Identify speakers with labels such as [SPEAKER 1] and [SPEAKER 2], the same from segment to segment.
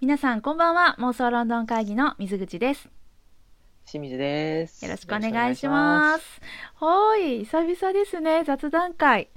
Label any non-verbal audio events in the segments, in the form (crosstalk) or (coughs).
[SPEAKER 1] 皆さんこんばんは妄想ロンドン会議の水口です
[SPEAKER 2] 清水です。
[SPEAKER 1] よろしくお願いしますはーい久々ですね雑談会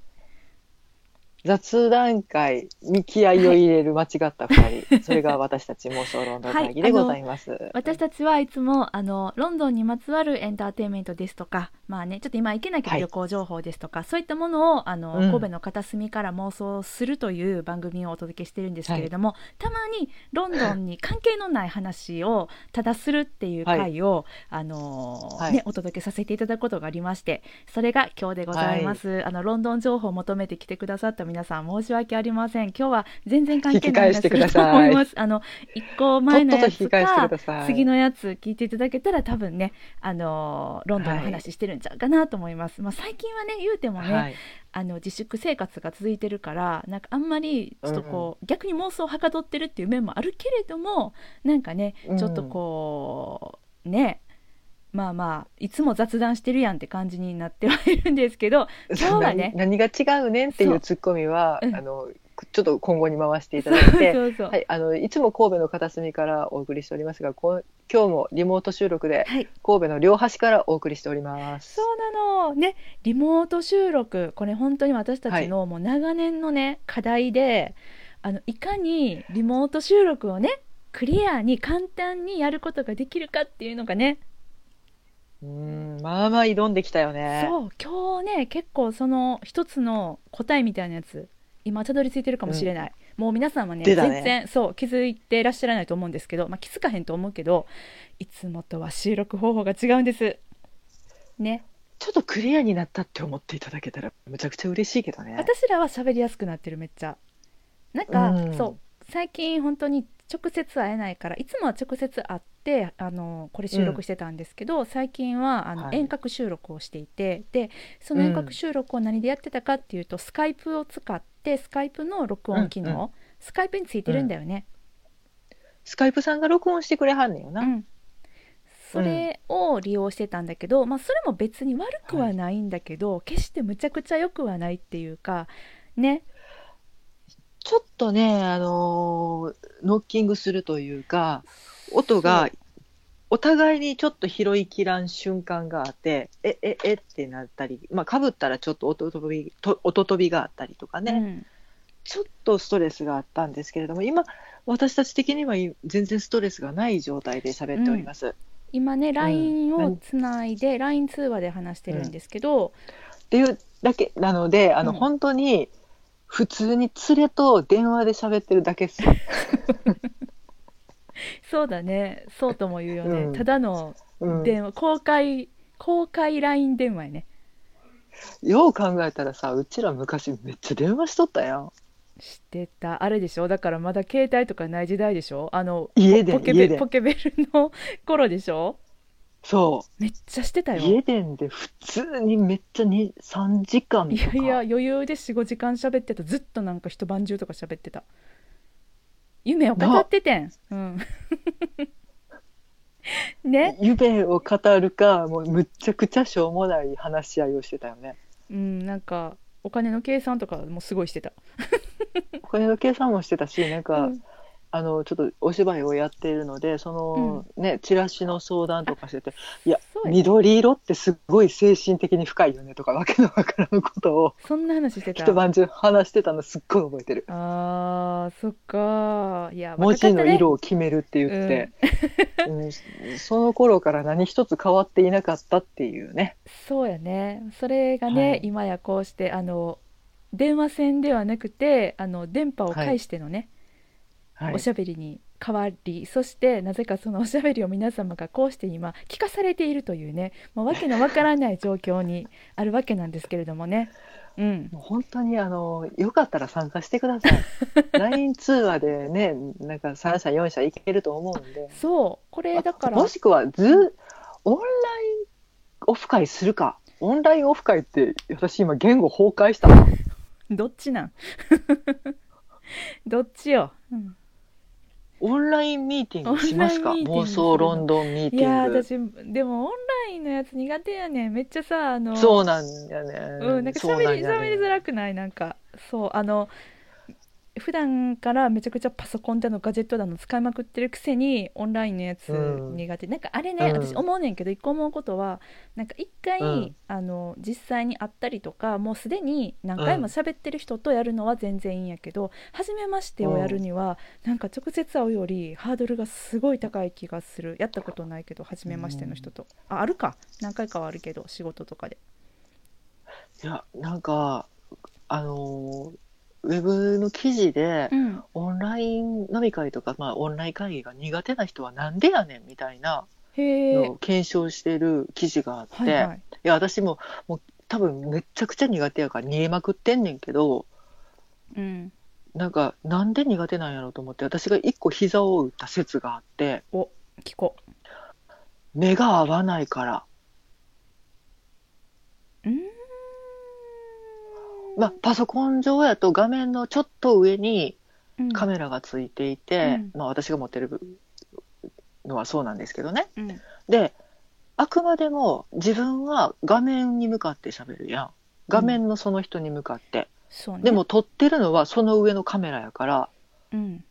[SPEAKER 2] 雑談会に気合を入れる間違った二人、それが私たち妄想ロンドン会議でございます。
[SPEAKER 1] 私たちはいつもあのロンドンにまつわるエンターテインメントですとかまあねちょっと今行けないけど
[SPEAKER 2] はい
[SPEAKER 1] 旅行情報ですとか、そういったものをあの、
[SPEAKER 2] うん
[SPEAKER 1] 神戸の片隅から妄想するという番組をお届けしてるんですけれども、たまにロンドンに関係のない話をただするっていう回を、あの
[SPEAKER 2] はい
[SPEAKER 1] ねお届けさせていただくことがありましてそれが今日でございます、あのロンドン情報を求めてきてくださった皆さん申し訳ありません今日は全然関係ない
[SPEAKER 2] 引き返し
[SPEAKER 1] 話す
[SPEAKER 2] てく
[SPEAKER 1] る
[SPEAKER 2] だ
[SPEAKER 1] と
[SPEAKER 2] さい
[SPEAKER 1] (laughs) 思いますあの一個
[SPEAKER 2] と
[SPEAKER 1] 前
[SPEAKER 2] っ
[SPEAKER 1] の
[SPEAKER 2] とと
[SPEAKER 1] や
[SPEAKER 2] 引
[SPEAKER 1] つ
[SPEAKER 2] き返して
[SPEAKER 1] か
[SPEAKER 2] ください。
[SPEAKER 1] 次のやつ聞いていただけたら多分ね、あのーロンドンの話してるんちゃうかなと思います、まあ、最近はね言うてもね、
[SPEAKER 2] はい、
[SPEAKER 1] あの自粛生活が続いてるからなんかあんまりちょっとこう、逆に妄想をはかどってるっていう面もあるけれどもなんかね
[SPEAKER 2] うん
[SPEAKER 1] ちょっとこう、ねまあまあいつも雑談してるやんって感じになってはいるんですけど今日はね
[SPEAKER 2] 何何が違うねんっていうツッコミは、
[SPEAKER 1] そううん
[SPEAKER 2] あのちょっと今後に回していただいて、
[SPEAKER 1] (laughs) そうそう、
[SPEAKER 2] はい、あのいつも神戸の片隅からお送りしておりますが、こん今日もリモート収録で
[SPEAKER 1] はい
[SPEAKER 2] 神戸の両端からお送りしております。
[SPEAKER 1] そうなのねリモート収録これ本当に私たちのもう長年のね課題であのいかにリモート収録をねクリアに簡単にやることができるかっていうのがね、
[SPEAKER 2] うーん、まあまあ挑んできたよね。
[SPEAKER 1] そう今日ね結構その一つの答えみたいなやつ今たどり着いてるかもしれない、もう皆さんはね
[SPEAKER 2] 出たね
[SPEAKER 1] 全然そう気づいていらっしゃらないと思うんですけど、まあ、気づかへんと思うけどいつもとは収録方法が違うんです。ね
[SPEAKER 2] ちょっとクリアになったって思っていただけたらむちゃくちゃ嬉しいけどね。
[SPEAKER 1] 私らは喋りやすくなってるめっちゃなんか、
[SPEAKER 2] うん
[SPEAKER 1] そう最近本当に直接会えないからいつもは直接会ってあのこれ収録してたんですけど、最近はあの、
[SPEAKER 2] はい
[SPEAKER 1] 遠隔収録をしていてでその
[SPEAKER 2] うん
[SPEAKER 1] 遠隔収録を何でやってたかっていうと、スカイプを使ってスカイプの録音機能、
[SPEAKER 2] うんう
[SPEAKER 1] スカイプについてるんだよね、
[SPEAKER 2] スカイプさんが録音してくれはんねんよな。
[SPEAKER 1] うんそれを利用してたんだけど、まあ、それも別に悪くはないんだけど、決してむちゃくちゃ良くはないっていうかね
[SPEAKER 2] ちょっとね、あのーノッキングするというか、音がお互いにちょっと拾いきらん瞬間があって、え、え、えってなったり、まあ、かぶったらちょっと音飛び、と音飛びがあったりとかね、
[SPEAKER 1] うん
[SPEAKER 2] ちょっとストレスがあったんですけれども、今、私たち的にはい全然ストレスがない状態で喋っております。
[SPEAKER 1] 今ね LINE
[SPEAKER 2] う
[SPEAKER 1] を
[SPEAKER 2] ん
[SPEAKER 1] つないで LINE 通話で話してるんですけど、
[SPEAKER 2] っていうだけなので、あの、
[SPEAKER 1] うん
[SPEAKER 2] 本当に、普通に連れと電話で喋ってるだけっす。
[SPEAKER 1] そうだねそうとも言うよね、
[SPEAKER 2] うん
[SPEAKER 1] ただの
[SPEAKER 2] うん
[SPEAKER 1] 電話公開公開 LINE 電話やね
[SPEAKER 2] よう考えたらさうちら昔めっちゃ電話しとったやん
[SPEAKER 1] してたあれでしょだからまだ携帯とかない時代でしょあの
[SPEAKER 2] 家
[SPEAKER 1] ポ
[SPEAKER 2] 電
[SPEAKER 1] ケ
[SPEAKER 2] 家
[SPEAKER 1] ベポ
[SPEAKER 2] 電
[SPEAKER 1] ケベルの頃でしょ
[SPEAKER 2] そ
[SPEAKER 1] めっちゃしてた
[SPEAKER 2] う
[SPEAKER 1] よ
[SPEAKER 2] 家電で普通にめっちゃに3時間と
[SPEAKER 1] い
[SPEAKER 2] か
[SPEAKER 1] やいや余裕で45時間喋ってたずっとなんか一晩中とか喋ってた夢を語っててんうん (laughs) ね
[SPEAKER 2] 夢を語るかもうむっちゃくちゃしょうもない話し合いをしてたよ
[SPEAKER 1] (laughs)
[SPEAKER 2] ね
[SPEAKER 1] うん、なんかお金の計算とかもすごいしてた。
[SPEAKER 2] お金の計算もしてたしなんか、
[SPEAKER 1] うん
[SPEAKER 2] あのちょっとお芝居をやっているのでその、ねチラシの相談とかしてていや
[SPEAKER 1] そうや
[SPEAKER 2] 緑色ってすごい精神的に深いよねとかわけのわからんことを
[SPEAKER 1] そんな話してた。
[SPEAKER 2] 一晩中話してたのすっごい覚えてる
[SPEAKER 1] あーそっかいや
[SPEAKER 2] 文字の
[SPEAKER 1] を
[SPEAKER 2] 色を決めるって言って、うんその頃から何一つ変わっていなかったっていうね
[SPEAKER 1] そうやねそれがね、
[SPEAKER 2] はい
[SPEAKER 1] 今やこうしてあの電話線ではなくてあの電波を介してのね、
[SPEAKER 2] はい
[SPEAKER 1] おしゃべりに変わりそしてなぜかそのおしゃべりを皆様がこうして今聞かされているというねもうわけのわからない状況にあるわけなんですけれどもね。うん、
[SPEAKER 2] もう本当にあのよかったら参加してく (laughs) ださい LINE 通話でねなんか3社4社いけると思うんで
[SPEAKER 1] そうこれだから
[SPEAKER 2] もしくはずオンラインオフ会するかオンラインオフ会って私今言語崩壊したな
[SPEAKER 1] (laughs) どっちなんどっちよ、うん
[SPEAKER 2] オンラインミーティングしますか
[SPEAKER 1] オンラインミーティン
[SPEAKER 2] 妄
[SPEAKER 1] グする
[SPEAKER 2] 想ロンドンミーテ
[SPEAKER 1] いやー
[SPEAKER 2] ィング
[SPEAKER 1] 私でもオンラインのやつ苦手やねんめっちゃさあの
[SPEAKER 2] そうなんやね
[SPEAKER 1] うん、なんか
[SPEAKER 2] そう
[SPEAKER 1] 喋
[SPEAKER 2] な
[SPEAKER 1] り
[SPEAKER 2] やね
[SPEAKER 1] 喋りづらくないなんかそうあの普段からめちゃくちゃパソコンだのガジェットだの使いまくってるくせにオンラインのやつ
[SPEAKER 2] うん
[SPEAKER 1] 苦手、なんかあれね、
[SPEAKER 2] うん
[SPEAKER 1] 私思うねんけど一個思うことはなんか一回、
[SPEAKER 2] うん
[SPEAKER 1] あの実際に会ったりとかもうすでに何回も喋ってる人とやるのは全然いいんやけど、初めましてをやるには、なんか直接会うよりハードルがすごい高い気がするやったことないけど初めましての人と、ああるか何回かはあるけど仕事とかで。
[SPEAKER 2] いやなんかあのウェブの記事で
[SPEAKER 1] うん
[SPEAKER 2] オンライン飲み会とか、まあ、オンライン会議が苦手な人はなんでやねんみたいな
[SPEAKER 1] へ
[SPEAKER 2] の
[SPEAKER 1] え
[SPEAKER 2] を検証してる記事があって、
[SPEAKER 1] はい
[SPEAKER 2] い
[SPEAKER 1] はい。
[SPEAKER 2] や私ももう多分めっちゃくちゃ苦手やから逃げまくってんねんけど
[SPEAKER 1] うん、
[SPEAKER 2] なんかなんで苦手なんやろうと思って私が一個膝を打った説があって
[SPEAKER 1] 聞こ
[SPEAKER 2] 目が合わないから
[SPEAKER 1] う。うん
[SPEAKER 2] まあ、パソコン上やと画面のちょっと上に
[SPEAKER 1] うん
[SPEAKER 2] カメラがついていて、
[SPEAKER 1] うん
[SPEAKER 2] まあ、私が持ってるのはそうなんですけどね
[SPEAKER 1] うん
[SPEAKER 2] であくまでも自分は画面に向かって喋るやん画面のその人に向かって、
[SPEAKER 1] そうね、
[SPEAKER 2] でも、撮ってるのはその上のカメラやから
[SPEAKER 1] うん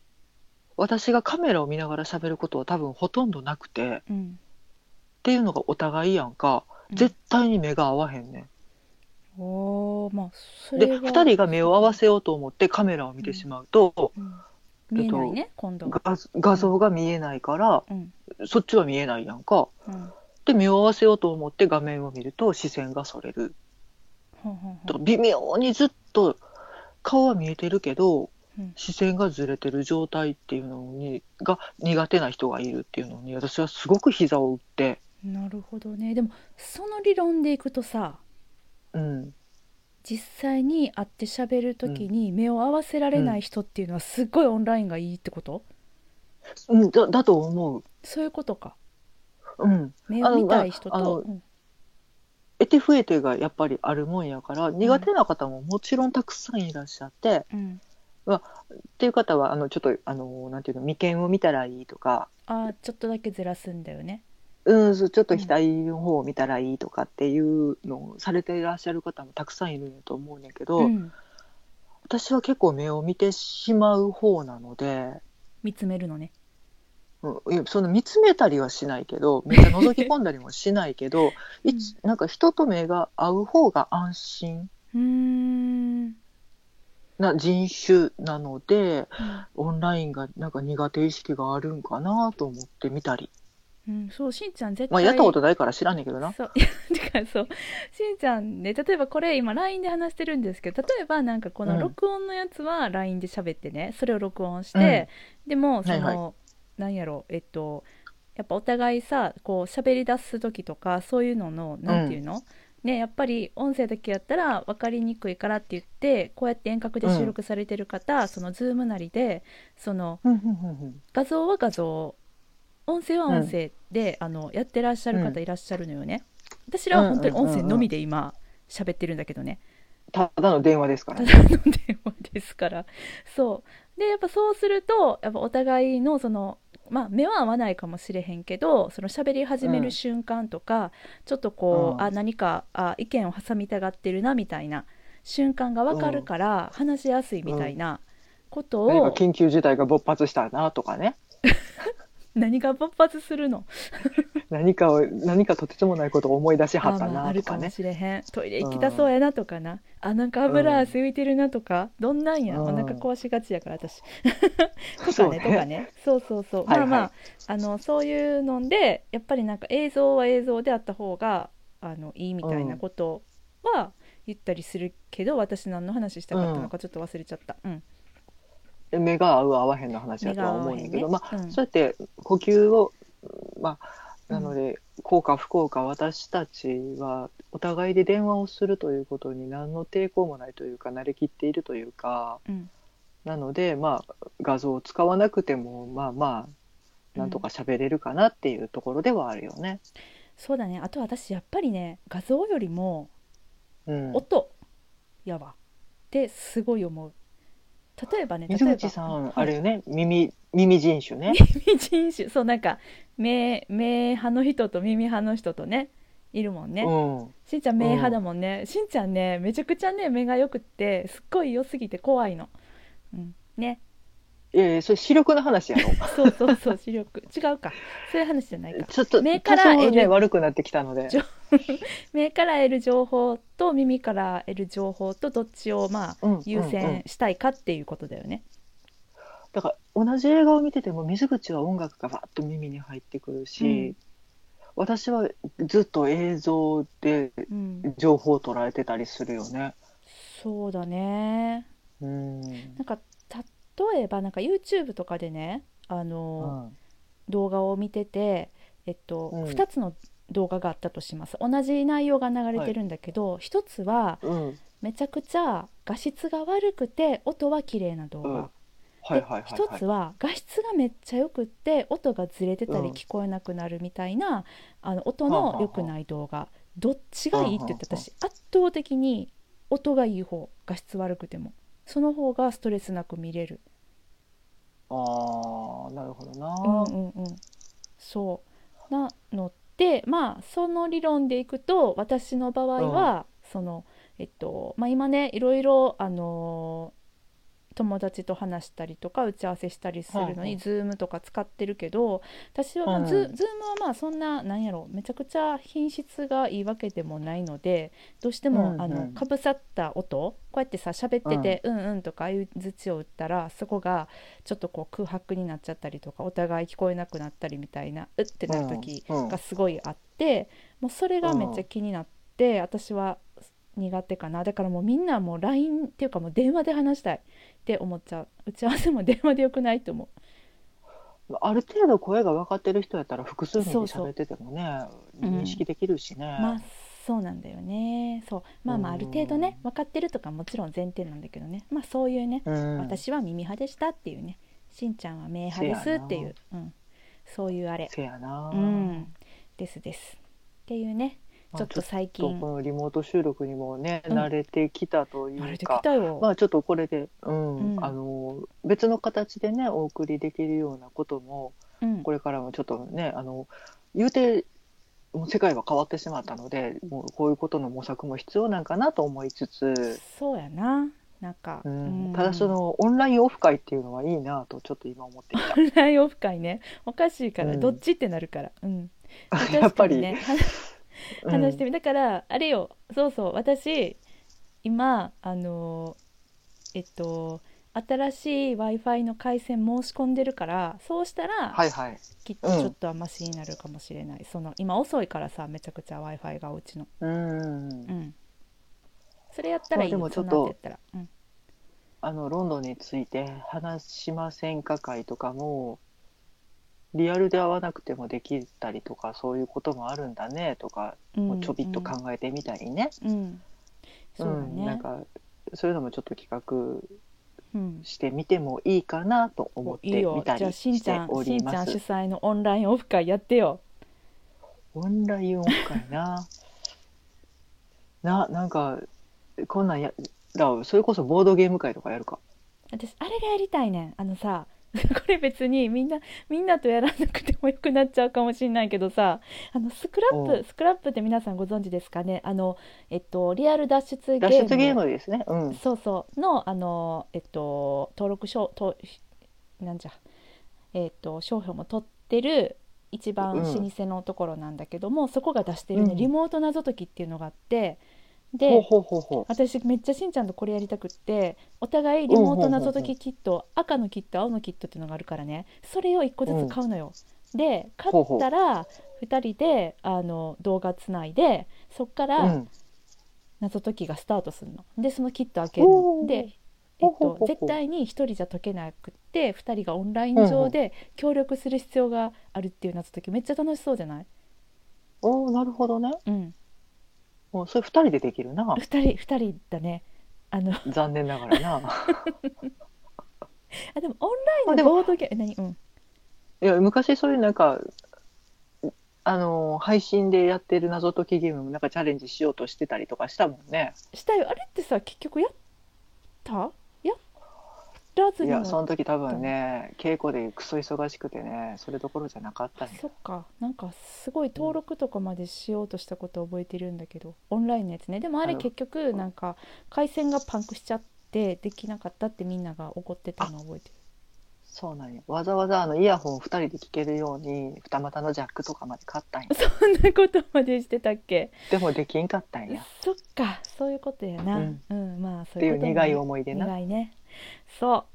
[SPEAKER 2] 私がカメラを見ながら喋ることは多分ほとんどなくて
[SPEAKER 1] うん、
[SPEAKER 2] っていうのがお互いやんか絶対に目が合わへんね
[SPEAKER 1] うん、おーまあそ
[SPEAKER 2] ん、で
[SPEAKER 1] れは
[SPEAKER 2] 2人が目を合わせようと思ってカメラを見てしまうと、
[SPEAKER 1] うん見えないね今度は。
[SPEAKER 2] 画画像が見えないから、
[SPEAKER 1] うん
[SPEAKER 2] そっちは見えないやんか。
[SPEAKER 1] うんほう
[SPEAKER 2] で見合わせようと思って画面を見ると視線がそれる。
[SPEAKER 1] ほうほう
[SPEAKER 2] と微妙にずっと顔は見えてるけど
[SPEAKER 1] うん
[SPEAKER 2] 視線がずれてる状態っていうのにが苦手な人がいるっていうのに私はすごく膝を打って、
[SPEAKER 1] なるほどねでもその理論でいくとさ
[SPEAKER 2] うん、
[SPEAKER 1] 実際に会って喋る時に目を合わせられない人っていうのはすっごいオンラインがいいってこと、
[SPEAKER 2] うんだだと思う。
[SPEAKER 1] そういうことか
[SPEAKER 2] うん、
[SPEAKER 1] 目を見たい人
[SPEAKER 2] あの
[SPEAKER 1] と、うん
[SPEAKER 2] 得て増えてがやっぱりあるもんやから苦手な方ももちろんたくさんいらっしゃって、っ
[SPEAKER 1] うん、
[SPEAKER 2] ていう方はあのちょっとあのなんていうの眉間を見たらいいとか
[SPEAKER 1] あーちょっとだけずらすんだよね
[SPEAKER 2] うん、そうちょっと額の方を見たらいいとかっていうのをされていらっしゃる方もたくさんいるんやと思うんやけど、
[SPEAKER 1] ん、
[SPEAKER 2] 私は結構目を見てしまう方なので、
[SPEAKER 1] 見つめるのね
[SPEAKER 2] うんいや、その見つめたりはしないけどめっちゃ覗き込んだりもしない
[SPEAKER 1] (laughs)
[SPEAKER 2] けど
[SPEAKER 1] うん
[SPEAKER 2] いつなんか人と目が合う方が安心
[SPEAKER 1] うーん
[SPEAKER 2] な人種なのでオンラインがなんか苦手意識があるんかなと思って見たり、
[SPEAKER 1] うん、そうしんちゃん絶対、
[SPEAKER 2] まあ、やったことないから知らんねんけどな。
[SPEAKER 1] そう (laughs) いやだからそうしんちゃんね例えばこれ今 LINE で話してるんですけど例えばなんかこ
[SPEAKER 2] う
[SPEAKER 1] の
[SPEAKER 2] ん
[SPEAKER 1] 録音のやつは LINE で喋ってねそれを録音して、でもその、
[SPEAKER 2] はい
[SPEAKER 1] なんやろえっとやっぱお互いさこう喋り出す時とかそういうののなんていうの、ね、やっぱり音声だけやったら分かりにくいからって言ってこうやって遠隔で収録されてる方、その Zoom なりでその
[SPEAKER 2] うんうんうんうん
[SPEAKER 1] 画像は画像音声は音声で、あのやってらっしゃる方いらっしゃるのよね、私らは本当に音声のみで今喋ってるんだけどね
[SPEAKER 2] ただの電話ですか
[SPEAKER 1] た
[SPEAKER 2] ら、
[SPEAKER 1] だ
[SPEAKER 2] ね。
[SPEAKER 1] の電話ですからそうでやっぱそうするとやっぱお互いのそのまあ目は合わないかもしれへんけどその喋り始め
[SPEAKER 2] う
[SPEAKER 1] る
[SPEAKER 2] ん
[SPEAKER 1] 瞬間とか、ちょっとこう、
[SPEAKER 2] うん
[SPEAKER 1] あ何かあ意見を挟みたがってるなみたいな瞬間がわかるから話しやすいみたいなこと
[SPEAKER 2] 何か
[SPEAKER 1] を、
[SPEAKER 2] 緊急事態が勃発したなと
[SPEAKER 1] (laughs)
[SPEAKER 2] かね。
[SPEAKER 1] 何が勃発するの
[SPEAKER 2] 何かを何かとてつもないことを思い出しはった
[SPEAKER 1] あまああ
[SPEAKER 2] な
[SPEAKER 1] る
[SPEAKER 2] と
[SPEAKER 1] か
[SPEAKER 2] か
[SPEAKER 1] も
[SPEAKER 2] ね。
[SPEAKER 1] しれへんトイレ行きたそうやなとかな、あなんか油汗浮いてるなとか、どんなんや、
[SPEAKER 2] うん
[SPEAKER 1] お腹壊しがちやから私とか
[SPEAKER 2] そう
[SPEAKER 1] ね
[SPEAKER 2] ね
[SPEAKER 1] とかねそうそうそう、
[SPEAKER 2] はいはい
[SPEAKER 1] まあまああのそういうのでやっぱりなんか映像は映像であった方があのいいみたいなことは言ったりするけど、私何の話したかったのかちょっと忘れちゃった、うん、
[SPEAKER 2] 目が合う合わへんの話だとは思うんだけ
[SPEAKER 1] 目が
[SPEAKER 2] ど、
[SPEAKER 1] 合わ
[SPEAKER 2] ま
[SPEAKER 1] へ
[SPEAKER 2] あ、
[SPEAKER 1] んねうん
[SPEAKER 2] そうやって呼吸をまあ
[SPEAKER 1] うん
[SPEAKER 2] なので効果不効果私たちはお互いで電話をするということに何の抵抗もないというか慣れきっているというか
[SPEAKER 1] うん
[SPEAKER 2] なのでまあ画像を使わなくてもまあまあなんとか喋れるかなっていうところではあるよね。
[SPEAKER 1] そうだねあと私やっぱりね画像よりも
[SPEAKER 2] うん、
[SPEAKER 1] 音やわってすごい思う例えばね例え
[SPEAKER 2] 水
[SPEAKER 1] ば
[SPEAKER 2] 口さんあれよね耳耳人種ね。
[SPEAKER 1] 耳人種そうなんか (laughs) 目目派の人と耳派の人とねいるもんね、
[SPEAKER 2] うん
[SPEAKER 1] しんちゃん目派だもんね、しんちゃんねめちゃくちゃね目が良くってすっごい良すぎて怖いの、うん、ね
[SPEAKER 2] いやいや、それ視力の話や
[SPEAKER 1] (laughs)
[SPEAKER 2] ろ。
[SPEAKER 1] そうそう
[SPEAKER 2] (laughs)
[SPEAKER 1] そう視力違うかそういう話じゃないか
[SPEAKER 2] ちょっと、
[SPEAKER 1] 目
[SPEAKER 2] 目
[SPEAKER 1] か
[SPEAKER 2] かららね、
[SPEAKER 1] L
[SPEAKER 2] 悪くなってきたので
[SPEAKER 1] ち。ょ目から得る情報と耳から得る情報とどっちをまあ
[SPEAKER 2] うんうんうん
[SPEAKER 1] 優先したいかっていうことだよね。
[SPEAKER 2] だから、同じ映画を見てても、水口は音楽がわっと耳に入ってくるし、私はずっと映像で
[SPEAKER 1] うん、
[SPEAKER 2] 情報を捉えてたりするよね。
[SPEAKER 1] そうだね。
[SPEAKER 2] うん。
[SPEAKER 1] なんか例えばなんか YouTube とかでね、あの、
[SPEAKER 2] うん
[SPEAKER 1] 動画を見てて、えっと、
[SPEAKER 2] うん
[SPEAKER 1] 2つの動画があったとします。同じ内容が流れてるんだけど、1つは
[SPEAKER 2] うん。
[SPEAKER 1] めちゃくちゃ画質が悪くて音は綺麗な動
[SPEAKER 2] うん
[SPEAKER 1] 画。
[SPEAKER 2] はい
[SPEAKER 1] で
[SPEAKER 2] はいはい、は
[SPEAKER 1] 一
[SPEAKER 2] い
[SPEAKER 1] つ。は画質がめっちゃ良くって音がずれてたり
[SPEAKER 2] うん
[SPEAKER 1] 聞こえなくなるみたいな、あの音
[SPEAKER 2] はあはあは
[SPEAKER 1] の
[SPEAKER 2] あ
[SPEAKER 1] 良くない動画どっちがいいって言って
[SPEAKER 2] はあはあはあ
[SPEAKER 1] 私圧倒的に音がいい方画質悪くてもその方がストレスなく見れる
[SPEAKER 2] ああ、なるほどな。
[SPEAKER 1] うんうんうんそうなのでまあその理論でいくと私の場合は、そのえっとまあ今ねいろいろあのー友達と話したりとか打ち合わせしたりするの
[SPEAKER 2] はいは
[SPEAKER 1] に
[SPEAKER 2] い
[SPEAKER 1] Zoom とか使ってるけど私はまあ
[SPEAKER 2] うん
[SPEAKER 1] Zoom はまあそんななんやろめちゃくちゃ品質がいいわけでもないのでどうして
[SPEAKER 2] うんう
[SPEAKER 1] も
[SPEAKER 2] ん
[SPEAKER 1] あのかぶさった音こうやってさ喋っててうんうんとか相づちを打ったらそこがちょっとこう空白になっちゃったりとかお互い聞こえなくなったりみたいなうってなる時
[SPEAKER 2] うんうん
[SPEAKER 1] がすごいあって、もうそれがめっちゃ気になって、私は苦手かなだからもうみんなもう LINE っていうかもう電話で話したいって思っちゃう打ち合わせも電話でよくないと思
[SPEAKER 2] ある程度声が分かってる人やったら複数人で
[SPEAKER 1] そうそう
[SPEAKER 2] 喋っててもね
[SPEAKER 1] うん
[SPEAKER 2] 認識できるしね、
[SPEAKER 1] う、まあそうなんだよねそうまあまあ
[SPEAKER 2] う
[SPEAKER 1] あ
[SPEAKER 2] ん
[SPEAKER 1] る程度ね分かってるとかもちろん前提なんだけどねまあそういうね、
[SPEAKER 2] うん
[SPEAKER 1] 私は耳派でしたっていうねしんちゃんは名派ですっていう、うん、そういうあれ
[SPEAKER 2] せやな、
[SPEAKER 1] うん、ですです。っていうね、
[SPEAKER 2] まあ
[SPEAKER 1] ちょっと最
[SPEAKER 2] ちょっ
[SPEAKER 1] 近
[SPEAKER 2] とこのリモート収録にもね、
[SPEAKER 1] うん
[SPEAKER 2] 慣れてきたとい
[SPEAKER 1] 慣れ
[SPEAKER 2] う
[SPEAKER 1] て
[SPEAKER 2] か
[SPEAKER 1] きたよ。
[SPEAKER 2] まあちょっとこれで、うん
[SPEAKER 1] うん
[SPEAKER 2] あの別の形でねお送りできるようなことも
[SPEAKER 1] うん、
[SPEAKER 2] これからもちょっとねあの言うてもう世界は変わってしまったのでもうこういうことの模索も必要なんかなと思いつつ、
[SPEAKER 1] そうやな。なんか、
[SPEAKER 2] うん
[SPEAKER 1] うん
[SPEAKER 2] ただそ。のオンラインオフ会っていうのはいいなとちょっと今思っていた。
[SPEAKER 1] オ (laughs) ンラインオフ会ね、おかしいから、
[SPEAKER 2] うん
[SPEAKER 1] どっちってなるから、うん。
[SPEAKER 2] (laughs) やっぱ
[SPEAKER 1] 確か
[SPEAKER 2] り、
[SPEAKER 1] にね、話話してみ、だから、あれよ、そうそう、私。今、あのー、えっと。新しい Wi-Fi の回線申し込んでるからそうした
[SPEAKER 2] うん
[SPEAKER 1] ら
[SPEAKER 2] はいはい
[SPEAKER 1] きっとちょっとはマシになるかもしれない、その今遅いからさめちゃくちゃ Wi-Fi がうちの
[SPEAKER 2] うん、
[SPEAKER 1] うん、それやったらいいよ
[SPEAKER 2] まあでもちょっと
[SPEAKER 1] そんなんやったら、うん、
[SPEAKER 2] あのロンドンについて話しませんか会とかもリアルで会わなくてもできたりとかそういうこともあるんだねとか、もうちょびっと考えてみたりね,、
[SPEAKER 1] うん、うんそうだ
[SPEAKER 2] ん、なん
[SPEAKER 1] ね、
[SPEAKER 2] かそういうのもちょっと企画
[SPEAKER 1] うん、
[SPEAKER 2] してみてもいいかなと思って
[SPEAKER 1] いいよ
[SPEAKER 2] みた
[SPEAKER 1] じゃあ
[SPEAKER 2] り
[SPEAKER 1] しん
[SPEAKER 2] し
[SPEAKER 1] ち
[SPEAKER 2] て
[SPEAKER 1] ゃん
[SPEAKER 2] お
[SPEAKER 1] し
[SPEAKER 2] り
[SPEAKER 1] んちゃ
[SPEAKER 2] ま
[SPEAKER 1] ん主
[SPEAKER 2] す。
[SPEAKER 1] 催のオンラインオフ会やってよ
[SPEAKER 2] オンラインオフ会な (laughs) ななんかこんなんやだそれこそボードゲーム会とかやるか。
[SPEAKER 1] 私あれがやりたいねんあのさ (laughs) これ別にみんなみんなとやらなくてもよくなっちゃうかもしれないけどさあのスクラッ
[SPEAKER 2] う
[SPEAKER 1] プスクラップって皆さんご存知ですかねあのえっとリアル脱出ゲーム
[SPEAKER 2] 脱出ゲームですね。うん。
[SPEAKER 1] そうそうのあのえっと登録証となんじゃえっと商標も取ってる一番
[SPEAKER 2] うん
[SPEAKER 1] 老舗のところなんだけども、そこが出してるね、
[SPEAKER 2] うん
[SPEAKER 1] リモート謎解きっていうのがあってで
[SPEAKER 2] ほうほうほうほう。
[SPEAKER 1] 私めっちゃしんちゃんとこれやりたくってお互いリモート謎解きキット、赤のキット青のキットっていうのがあるからねそれを1個ずつ買うのよ。で買
[SPEAKER 2] ほうほ
[SPEAKER 1] っ
[SPEAKER 2] う
[SPEAKER 1] たら2人であの動画つないでそっか
[SPEAKER 2] う
[SPEAKER 1] ら
[SPEAKER 2] ん
[SPEAKER 1] 謎解きがスタートするの。でそのキット開けるの。
[SPEAKER 2] おー
[SPEAKER 1] でえっ
[SPEAKER 2] ほうほうほ
[SPEAKER 1] と
[SPEAKER 2] うほ、う
[SPEAKER 1] 絶対に1人じゃ解けなくって2人がオンライン上で協力する必要があるっていう謎解きめっちゃ楽しそうじゃない、
[SPEAKER 2] おおなるほどね。
[SPEAKER 1] うん、
[SPEAKER 2] もうそれ二人でできるな
[SPEAKER 1] (laughs) 2 。人二人だねあの
[SPEAKER 2] 残念ながらな。
[SPEAKER 1] あでもオンラ
[SPEAKER 2] あ
[SPEAKER 1] イ
[SPEAKER 2] で
[SPEAKER 1] ンの
[SPEAKER 2] も
[SPEAKER 1] ボードゲーム何うん
[SPEAKER 2] いや昔そういうなんかあの配信でやってる謎解きゲームもなんかチャレンジしようとしてたりとかしたもんね。
[SPEAKER 1] したよあれってさ結局やったやらず
[SPEAKER 2] い
[SPEAKER 1] に
[SPEAKER 2] やそ
[SPEAKER 1] も
[SPEAKER 2] の時多分ね稽古でクソ忙しくてねそれどころじゃなかった
[SPEAKER 1] あ
[SPEAKER 2] ん
[SPEAKER 1] そっかなんかすごい登録とかまでしようとしたことは覚えてるんだけどオンラインのやつねでもあれ
[SPEAKER 2] あの
[SPEAKER 1] 結局なんか回線がパンクしちゃっってできなかったってみんなが怒ってたのを覚えてる
[SPEAKER 2] (laughs) そうなんやわざわざあのイヤホン2人で聞けるように二股のジャックとかまで買ったんや
[SPEAKER 1] そんなことまでしてたっけ
[SPEAKER 2] でもできんかったんやっ
[SPEAKER 1] そっかそういうことやなう
[SPEAKER 2] うんん、
[SPEAKER 1] まあそう
[SPEAKER 2] てい
[SPEAKER 1] いう
[SPEAKER 2] う
[SPEAKER 1] こと
[SPEAKER 2] 苦い
[SPEAKER 1] を
[SPEAKER 2] 思い出な
[SPEAKER 1] 苦いねそ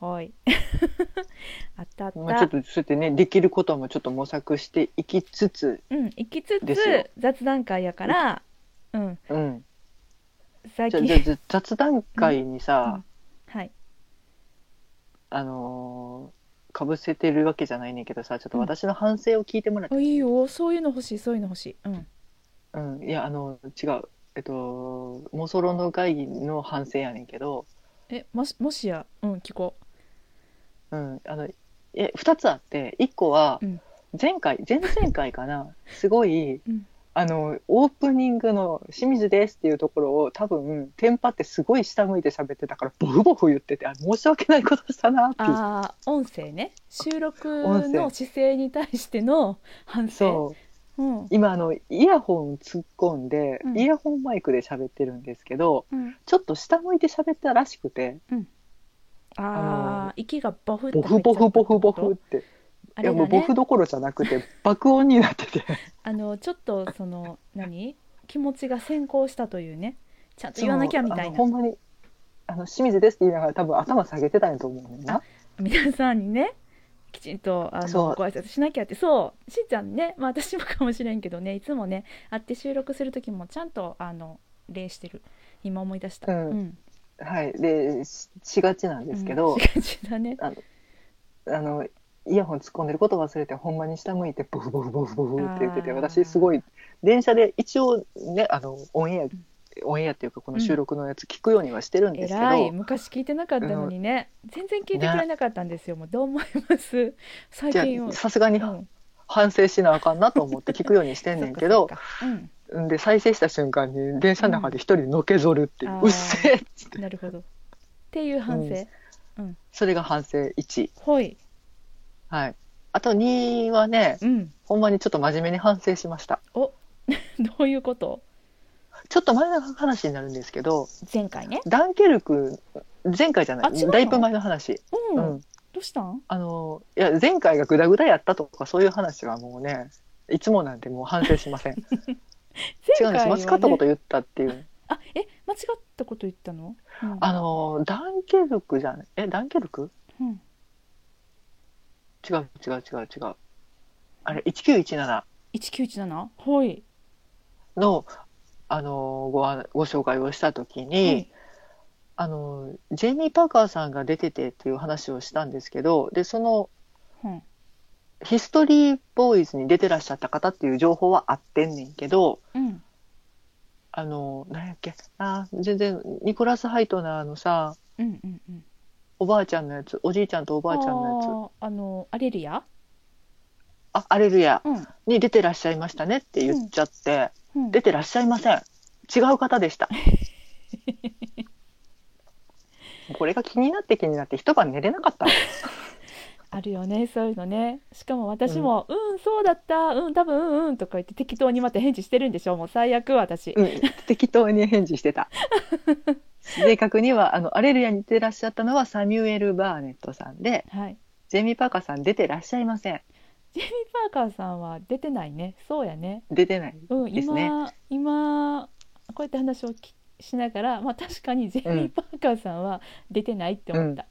[SPEAKER 1] うはい (laughs) あったあっ
[SPEAKER 2] まあ、ちょ
[SPEAKER 1] た
[SPEAKER 2] っとそうやってねできることもちょっと模索していきつつ、
[SPEAKER 1] うん行きつ
[SPEAKER 2] ですよ
[SPEAKER 1] つ雑談会やからうん
[SPEAKER 2] うん、
[SPEAKER 1] 最
[SPEAKER 2] じゃ
[SPEAKER 1] 近
[SPEAKER 2] あじゃあじゃあ雑談会にさ、
[SPEAKER 1] はい
[SPEAKER 2] あのーかぶせてるわけじゃないねんけどさちょっと私の反省を聞いてもらって
[SPEAKER 1] あいいよそういうの欲しいそういうの欲しいうん
[SPEAKER 2] うん、いやあの違うえっと妄想論の会議の反省やねんけど、
[SPEAKER 1] えもしもしやうん聞こう
[SPEAKER 2] うん、あのえ2つあって1個は
[SPEAKER 1] うん
[SPEAKER 2] 前回、前々回かなすごい、
[SPEAKER 1] うん
[SPEAKER 2] あのオープニングの「清水です」っていうところを多分テンパってすごい下向いて喋ってたからボフボフ言っててあ申し訳ないことしたなっていう
[SPEAKER 1] ああ音声ね収録
[SPEAKER 2] 音
[SPEAKER 1] の
[SPEAKER 2] 声
[SPEAKER 1] 姿勢に対しての反省
[SPEAKER 2] そう
[SPEAKER 1] うん
[SPEAKER 2] 今あのイヤホン突っ込んで、
[SPEAKER 1] うん
[SPEAKER 2] イヤホンマイクで喋ってるんですけど
[SPEAKER 1] うん
[SPEAKER 2] ちょっと下向いて喋ったらしくて
[SPEAKER 1] あ
[SPEAKER 2] あ
[SPEAKER 1] あ息がボフって
[SPEAKER 2] ボ
[SPEAKER 1] 入
[SPEAKER 2] フ
[SPEAKER 1] っちゃった
[SPEAKER 2] ボ
[SPEAKER 1] ってこ
[SPEAKER 2] フボ
[SPEAKER 1] と
[SPEAKER 2] フボフって。
[SPEAKER 1] あ
[SPEAKER 2] いや
[SPEAKER 1] れ
[SPEAKER 2] も
[SPEAKER 1] だ
[SPEAKER 2] うボ
[SPEAKER 1] ね
[SPEAKER 2] フどころじゃなくて爆音になってて
[SPEAKER 1] あのちょっとその何気持ちが先行したというねちゃんと言わなきゃみたい
[SPEAKER 2] あの
[SPEAKER 1] な
[SPEAKER 2] ほんまにあの清水ですって言いながら多分頭下げてたんやと思うねんな
[SPEAKER 1] 皆さんにねきちんとあ
[SPEAKER 2] そ
[SPEAKER 1] の
[SPEAKER 2] う
[SPEAKER 1] ご挨拶しなきゃってそうしーちゃんね、まあ、私もかもしれんけどねいつもね会って収録する時もちゃんとあの礼してる今思い出した、
[SPEAKER 2] うん
[SPEAKER 1] うん、
[SPEAKER 2] はいでししがちなんですけど
[SPEAKER 1] うん、しがちだね
[SPEAKER 2] あのイヤホン突っ込んでること忘れてほんまに下向いてボフボフボフボフって言ってて
[SPEAKER 1] あー
[SPEAKER 2] 私すごい電車で一応ねあのオンエアオンエアっていうかこの収録のやつ聞くようにはしてるんですけど、
[SPEAKER 1] 偉い昔聞いてなかったのにね、全然聞いてくれなかったんですよ、もうどう思います最
[SPEAKER 2] じゃ
[SPEAKER 1] 近を
[SPEAKER 2] あさすがに
[SPEAKER 1] うん
[SPEAKER 2] 反省しなあかんなと思って聞くようにしてんねんけ
[SPEAKER 1] (laughs) そっ
[SPEAKER 2] ど
[SPEAKER 1] かそっか
[SPEAKER 2] んで再生した瞬間に電車の中で一人のけぞるっていうう、
[SPEAKER 1] んあー
[SPEAKER 2] うっせえっつって
[SPEAKER 1] うん、なるほどっていう反省、
[SPEAKER 2] それが反省1。
[SPEAKER 1] ほい
[SPEAKER 2] はい。あと2はね、
[SPEAKER 1] うん
[SPEAKER 2] ほんまにちょっと真面目に反省しました。
[SPEAKER 1] どういうこと
[SPEAKER 2] ちょっと前の話になるんですけど、
[SPEAKER 1] 前回ね
[SPEAKER 2] ダンケルク、前回じゃな
[SPEAKER 1] あ違う
[SPEAKER 2] い、
[SPEAKER 1] の
[SPEAKER 2] だいぶ前の話。
[SPEAKER 1] う、
[SPEAKER 2] うんん。
[SPEAKER 1] どうしたん
[SPEAKER 2] あの、いや、前回がグダグダやったとか、そういう話はもうね、いつもなんてもう反省し
[SPEAKER 1] (laughs)
[SPEAKER 2] ません。違うんです。間違ったこと言ったっていう。
[SPEAKER 1] あえ間違ったこと言ったの、うん
[SPEAKER 2] あの、ダンケルクじゃん。え、ダンケルク
[SPEAKER 1] うん
[SPEAKER 2] 違う違う違う違う。あれ、1917
[SPEAKER 1] 1917ほい、
[SPEAKER 2] の、あの、ご案ご紹介をしたとき
[SPEAKER 1] う
[SPEAKER 2] に、
[SPEAKER 1] ん
[SPEAKER 2] あのジェイミー・パーカーさんが出ててっていう話をしたんですけどでその
[SPEAKER 1] うん
[SPEAKER 2] ヒストリーボーイズに出てらっしゃった方っていう情報はあってんねんけど
[SPEAKER 1] うん、
[SPEAKER 2] あのなんやっけあー全然ニコラス・ハイトナーのさ
[SPEAKER 1] うんうんうん
[SPEAKER 2] おばあちゃんのやつおじいちゃんとおばあちゃんのやつ
[SPEAKER 1] あーあのアレリア
[SPEAKER 2] あアレルヤ
[SPEAKER 1] うん、
[SPEAKER 2] に出てらっしゃいましたねって言っちゃって、
[SPEAKER 1] うん、
[SPEAKER 2] 出てらっしゃいません違う方でした
[SPEAKER 1] (laughs)
[SPEAKER 2] これが気になって気になって一晩寝れなかった
[SPEAKER 1] あるよねそういうのねしかも私も「うん、そうだったうん多分うんうん」とか言って適当にまた返事してるんでしょもう最悪私、
[SPEAKER 2] うん、 (laughs) 適当に返事して (laughs) た正確にはあのアレルヤに出てらっしゃったのはサミュエル・バーネットさんで
[SPEAKER 1] はい
[SPEAKER 2] ジェイミー・パーカーさん出てらっしゃいません
[SPEAKER 1] ジェイミー・パーカーさんは出てないねそうやね
[SPEAKER 2] 出てない
[SPEAKER 1] うん、
[SPEAKER 2] ですね
[SPEAKER 1] 今今こうやって話をきしながら、まあ、確かにジェイミー・パーカーさんは出てないって思った。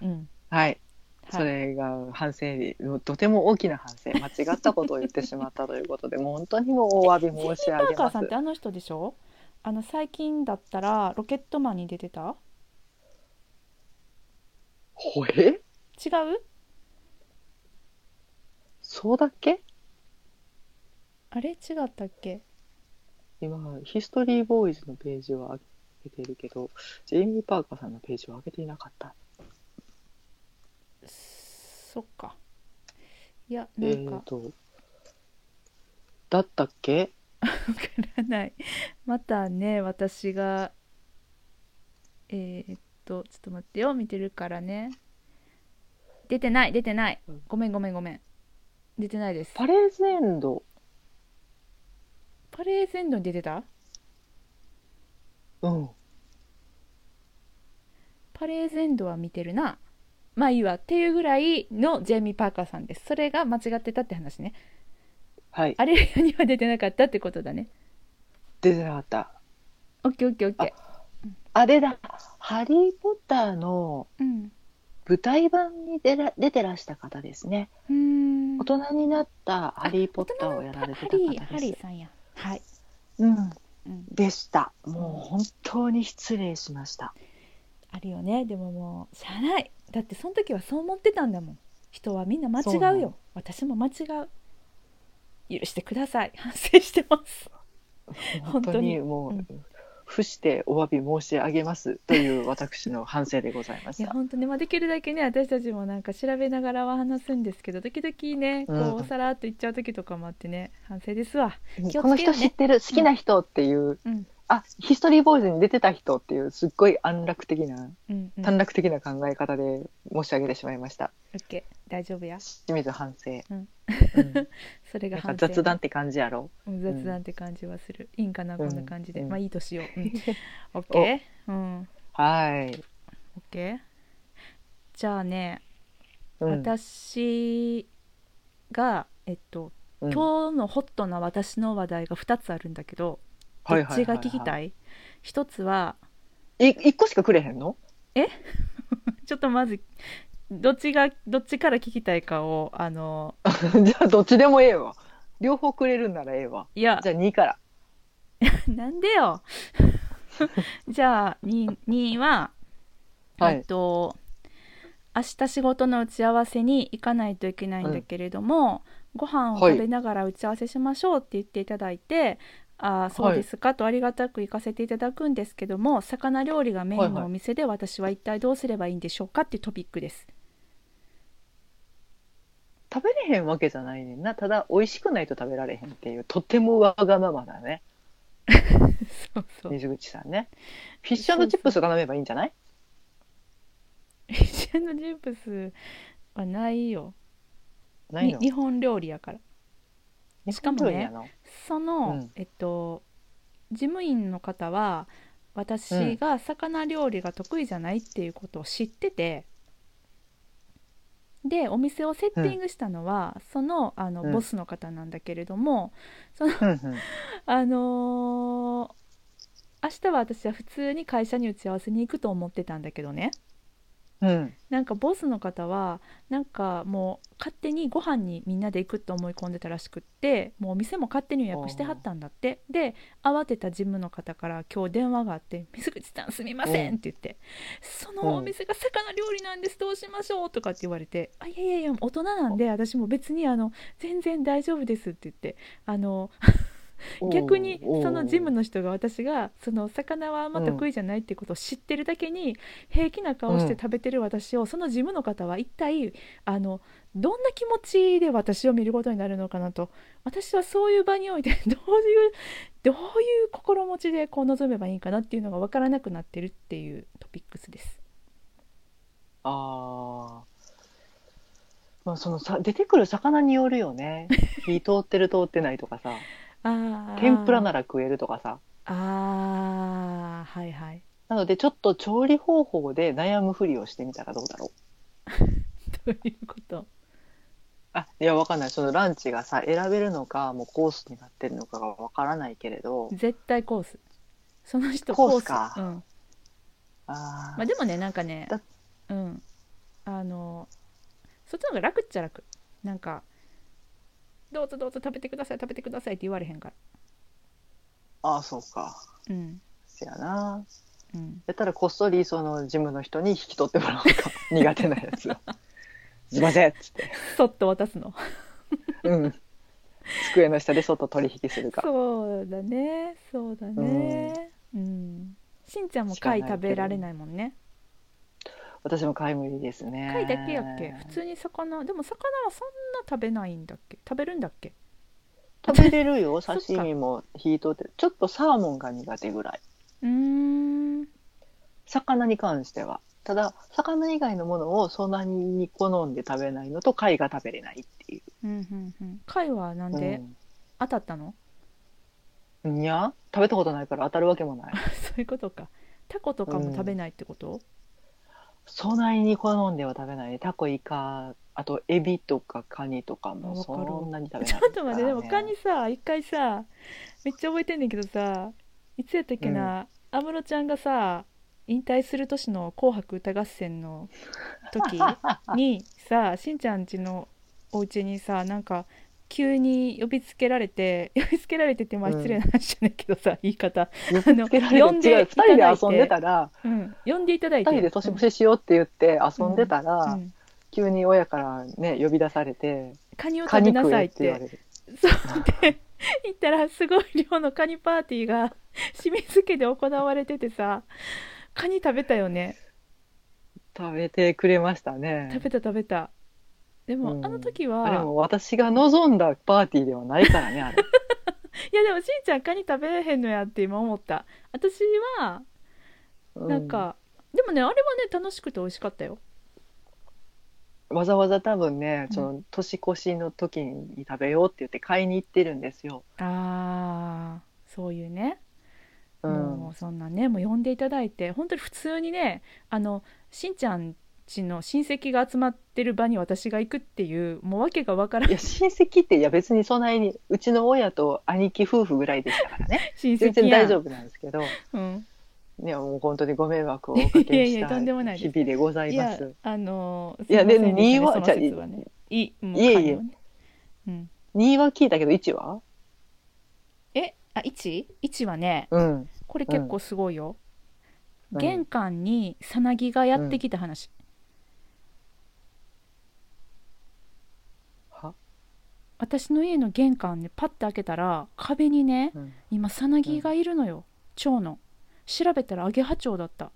[SPEAKER 1] うん、
[SPEAKER 2] はい、
[SPEAKER 1] は
[SPEAKER 2] そ
[SPEAKER 1] い、
[SPEAKER 2] れが反省のとても大きな反省間違ったことを言ってしまったということでもう本当にもうお詫び申し
[SPEAKER 1] ジェイミー・パ
[SPEAKER 2] 上げ
[SPEAKER 1] ーカ
[SPEAKER 2] ま
[SPEAKER 1] ーさんっ
[SPEAKER 2] す
[SPEAKER 1] てあの人でしょあの最近だったらロケットマンに出てた
[SPEAKER 2] ほえ
[SPEAKER 1] 違う
[SPEAKER 2] そうだっけ
[SPEAKER 1] あれ違ったっけ
[SPEAKER 2] 今ヒストリーボーイズのページは上げてるけどジェイミー・パーカーさんのページは上げていなかった
[SPEAKER 1] そっかいやな
[SPEAKER 2] えっ、
[SPEAKER 1] んかわ
[SPEAKER 2] とだったっけ
[SPEAKER 1] からないまたね私がえーっとちょっと待ってよ見てるからね出てない出てないごめんごめんごめん出てないです
[SPEAKER 2] パレーズエンド
[SPEAKER 1] パレーズエンドに出てた
[SPEAKER 2] うん
[SPEAKER 1] パレーゼンドは見てるなまあいいわっていうぐらいのジェイミー・パーカーさんですそれが間違ってたって話ね
[SPEAKER 2] はい。
[SPEAKER 1] アレルヤには出てなかったってことだね
[SPEAKER 2] 出てなかった。
[SPEAKER 1] オッケーオッケーオッケ
[SPEAKER 2] あれだ。ハリー・ポッターの
[SPEAKER 1] ーうん
[SPEAKER 2] 舞台版に出ら出てらした方ですね。
[SPEAKER 1] うーん
[SPEAKER 2] 大人になったハリー・ポッターをやられてた
[SPEAKER 1] 大人のハリー
[SPEAKER 2] 方
[SPEAKER 1] ハリ
[SPEAKER 2] で
[SPEAKER 1] ーさんやはい、
[SPEAKER 2] す。うん。
[SPEAKER 1] うん、
[SPEAKER 2] でした。もう本当に失礼しました。
[SPEAKER 1] あるよねでももうしゃあないだってその時はそう思ってたんだもん人はみんな間違
[SPEAKER 2] そうな
[SPEAKER 1] うよ
[SPEAKER 2] の
[SPEAKER 1] 私も間違う許してください反省してます
[SPEAKER 2] 本当にもう、
[SPEAKER 1] うん
[SPEAKER 2] 伏してお詫び申し上げますという私の反省でございま
[SPEAKER 1] い
[SPEAKER 2] し
[SPEAKER 1] や
[SPEAKER 2] た。
[SPEAKER 1] 本当ね、まあ、できるだけね私たちもなんか調べながらは話すんですけど時々ねこ
[SPEAKER 2] うん
[SPEAKER 1] うさらっと言っちゃう時とかもあってね反省ですわ気をつけようね
[SPEAKER 2] この人知ってる好きな人っていう、
[SPEAKER 1] うん
[SPEAKER 2] あヒストリーボーイズに出てた人っていうすっごい安楽的な
[SPEAKER 1] うんうん
[SPEAKER 2] 短絡的な考え方で申し上げてしまいました。
[SPEAKER 1] オッケー大丈夫や
[SPEAKER 2] 清水反省。
[SPEAKER 1] うん (laughs)
[SPEAKER 2] うん
[SPEAKER 1] それが
[SPEAKER 2] なんか
[SPEAKER 1] 反省
[SPEAKER 2] 雑談って感じやろ。
[SPEAKER 1] うん雑談って感じはする、いいんかなこんな感じで、
[SPEAKER 2] うん
[SPEAKER 1] まあいいとしよ
[SPEAKER 2] (laughs)
[SPEAKER 1] う、うん、オッケーうん
[SPEAKER 2] はい。
[SPEAKER 1] オッケーじゃあね、
[SPEAKER 2] うん、
[SPEAKER 1] 私がえっと
[SPEAKER 2] うん
[SPEAKER 1] 今日のホットな私の話題が2つあるんだけど、
[SPEAKER 2] はい
[SPEAKER 1] どっ
[SPEAKER 2] はいはい
[SPEAKER 1] ち
[SPEAKER 2] は
[SPEAKER 1] が
[SPEAKER 2] い
[SPEAKER 1] 聞きたい一つはい
[SPEAKER 2] 一個しかくれへんの？ (laughs)
[SPEAKER 1] ちょっとまずどっちがどっちから聞きたいかをあの
[SPEAKER 2] じゃあどっちでもええわ。両方くれるんならええわ。
[SPEAKER 1] いや
[SPEAKER 2] じゃあ2から。
[SPEAKER 1] (laughs) なんでよじゃあ 2, 2は、
[SPEAKER 2] は
[SPEAKER 1] えっ
[SPEAKER 2] い。
[SPEAKER 1] と明日仕事の打ち合わせに行かないといけないんだけれども、ご飯を
[SPEAKER 2] はい
[SPEAKER 1] 食べながら打ち合わせしましょうって言っていただいて、ああそうですかとありがたく行かせていただくんですけども魚料理がメインのお店で私は一体どうすればいいんでしょうかっていうトピックです。
[SPEAKER 2] 食べれへんわけじゃないねんな。ただ美味しくないと食べられへんっていうとてもわがままだね。
[SPEAKER 1] そうそう (laughs)
[SPEAKER 2] 水口さんね。フィッシュチップスが飲めばいいんじゃない？
[SPEAKER 1] フィッシュジップスはないよ
[SPEAKER 2] ない
[SPEAKER 1] に
[SPEAKER 2] の？
[SPEAKER 1] 日本料理やからしかもね
[SPEAKER 2] 日本料理なの
[SPEAKER 1] その、
[SPEAKER 2] うん
[SPEAKER 1] えっと事務員の方は私が魚料理が得意じゃないっていうことを知ってて、でお店をセッティングしたのは、そのあの、
[SPEAKER 2] うん
[SPEAKER 1] ボスの方なんだけれども
[SPEAKER 2] うんうん。
[SPEAKER 1] あのー明日は私は普通に会社に打ち合わせに行くと思ってたんだけどね
[SPEAKER 2] うん。
[SPEAKER 1] なんかボスの方はなんかもう勝手にご飯にみんなで行くって思い込んでたらしくってもうお店も勝手に予約してはったんだってで慌てた事務の方から今日電話があって「水口さんすみません」って言って「そのお店が魚料理なんですどうしましょう」とかって言われて「あいやいやいや大人なんで私も別にあの全然大丈夫です」って言ってあの逆にそのジム
[SPEAKER 2] の
[SPEAKER 1] の人が私がその魚はあんま得意じゃないってことを知ってるだけに平気な顔して食べてる私をそのジムの方は一体あのどんな気持ちで私を見ることになるのかなと私はそういう場において (laughs) どういうどういう心持ちでこう臨めばいいんかなっていうのが分からなくなってるっていうトピックスです。
[SPEAKER 2] あーまあそのさ出てくる魚による
[SPEAKER 1] (laughs)
[SPEAKER 2] よね火通ってる通ってないとかさ
[SPEAKER 1] あー
[SPEAKER 2] 天ぷらなら食えるとかさ
[SPEAKER 1] あーはいはい。
[SPEAKER 2] なのでちょっと調理方法で悩むふりをしてみたらどうだろう
[SPEAKER 1] ということ。
[SPEAKER 2] あいやわかんないそのランチがさ選べるのかもうコースになってるのかがわからないけれど
[SPEAKER 1] 絶対コース。その人
[SPEAKER 2] コースか
[SPEAKER 1] うん
[SPEAKER 2] あ
[SPEAKER 1] まあ、でもねなんかね
[SPEAKER 2] だ
[SPEAKER 1] うんあのそっちの方が楽っちゃ楽なんか「どうぞどうぞ食べてください食べてください」って言われへんから
[SPEAKER 2] ああそうか
[SPEAKER 1] うん
[SPEAKER 2] せやな
[SPEAKER 1] うん
[SPEAKER 2] やったらこっそりそのジムの人に引き取ってもらおう
[SPEAKER 1] (laughs)
[SPEAKER 2] か苦手なやつをすいませんっつって
[SPEAKER 1] そっと渡すの
[SPEAKER 2] うん机の下で外取引するか
[SPEAKER 1] そうだねそうだねうんしんちゃんも貝食べられないもんね
[SPEAKER 2] 私も貝無理ですね
[SPEAKER 1] 貝だけやっけ普通に魚でも魚はそんな食べないんだっけ食べるんだっけ
[SPEAKER 2] 食べれる
[SPEAKER 1] (laughs)
[SPEAKER 2] よ
[SPEAKER 1] そっか
[SPEAKER 2] 刺身も火通ってちょっとサーモンが苦手ぐらいう
[SPEAKER 1] ーん
[SPEAKER 2] 魚に関してはただ魚以外のものをそんなに好んで食べないのと貝が食べれないっていう
[SPEAKER 1] うんうんうん貝はなんで、当たったの (laughs)
[SPEAKER 2] うん、いや食べたことないから当たるわけもない
[SPEAKER 1] そういうことかタコとかも食べないってこと、
[SPEAKER 2] そないに好んでは食べないねタコイカあとエビとかカニとかも
[SPEAKER 1] わかる
[SPEAKER 2] そんなに食べない、
[SPEAKER 1] ちょっと待ってでもカニさ一回さめっちゃ覚えてんねんけどさいつやったっけな安室、ちゃんがさ引退する年の「紅白歌合戦」の
[SPEAKER 2] (laughs)
[SPEAKER 1] 時にさしんちゃん家のお家にさなんか急に呼びつけられて (laughs) 呼びつけられてってまあ失礼な話じゃないけどさ、言い方、
[SPEAKER 2] 呼びつけられて
[SPEAKER 1] あの呼んで
[SPEAKER 2] 違う
[SPEAKER 1] いただいて
[SPEAKER 2] 2人で遊んでたら
[SPEAKER 1] うん、呼んでいただいて
[SPEAKER 2] 2人で年越ししようって言って遊んでたら、
[SPEAKER 1] うんうん
[SPEAKER 2] 急に親からね呼び出されて
[SPEAKER 1] カニ
[SPEAKER 2] 「
[SPEAKER 1] を
[SPEAKER 2] カ
[SPEAKER 1] 食べ
[SPEAKER 2] ニ
[SPEAKER 1] な
[SPEAKER 2] 食
[SPEAKER 1] さ
[SPEAKER 2] え」
[SPEAKER 1] い
[SPEAKER 2] っ
[SPEAKER 1] って
[SPEAKER 2] 言わ
[SPEAKER 1] て
[SPEAKER 2] れる
[SPEAKER 1] そうで行ったらすごい量のカニパーティー
[SPEAKER 2] (laughs)
[SPEAKER 1] が清水家で行われててさカニ食べたよね
[SPEAKER 2] 食べてくれましたね
[SPEAKER 1] 食べた食べたでも、
[SPEAKER 2] うん
[SPEAKER 1] あの時
[SPEAKER 2] あれ
[SPEAKER 1] は
[SPEAKER 2] も私が望んだパーティーではないからねあれ
[SPEAKER 1] いやでもしんちゃんカニ食べへんのやって今思った私は (laughs) なんか、でもねあれはね楽しくて美味しかったよ
[SPEAKER 2] うんわざわざ多分ね
[SPEAKER 1] うん
[SPEAKER 2] その年越しの時に食べようって言って買いに行ってるんですよ、
[SPEAKER 1] あーそういうね、
[SPEAKER 2] うん
[SPEAKER 1] もうそんなねもう呼んでいただいて本当に普通にねあのしんちゃんちの親戚が集まってる場に私が行くっていうもう訳がわからん
[SPEAKER 2] いや親戚っていや別にそんなにうちの親と兄貴夫婦ぐらいでしたからね
[SPEAKER 1] (laughs) 親
[SPEAKER 2] 全
[SPEAKER 1] 戚
[SPEAKER 2] 然
[SPEAKER 1] やん
[SPEAKER 2] 大丈夫なんですけど
[SPEAKER 1] うん、
[SPEAKER 2] ねもう本当にご迷惑をおかけ
[SPEAKER 1] いやい
[SPEAKER 2] し
[SPEAKER 1] やと
[SPEAKER 2] た
[SPEAKER 1] んでもないで
[SPEAKER 2] 日
[SPEAKER 1] す
[SPEAKER 2] 々でござい
[SPEAKER 1] い
[SPEAKER 2] ま
[SPEAKER 1] や
[SPEAKER 2] す。
[SPEAKER 1] あのー
[SPEAKER 2] いや
[SPEAKER 1] すません
[SPEAKER 2] で
[SPEAKER 1] し
[SPEAKER 2] 二
[SPEAKER 1] たね
[SPEAKER 2] は
[SPEAKER 1] その説はねいもう
[SPEAKER 2] いえい
[SPEAKER 1] 会
[SPEAKER 2] え
[SPEAKER 1] 話ねうん、
[SPEAKER 2] 2は聞いたけど1は
[SPEAKER 1] えあ一一はね
[SPEAKER 2] うん。
[SPEAKER 1] これ結構すごいよ、
[SPEAKER 2] うん
[SPEAKER 1] 玄関にさなぎがやってきた話、
[SPEAKER 2] は
[SPEAKER 1] 私の家の玄関ねパッて開けたら壁にね
[SPEAKER 2] うん
[SPEAKER 1] 今さなぎがいるのよ蝶の調べたらアゲハチョウだった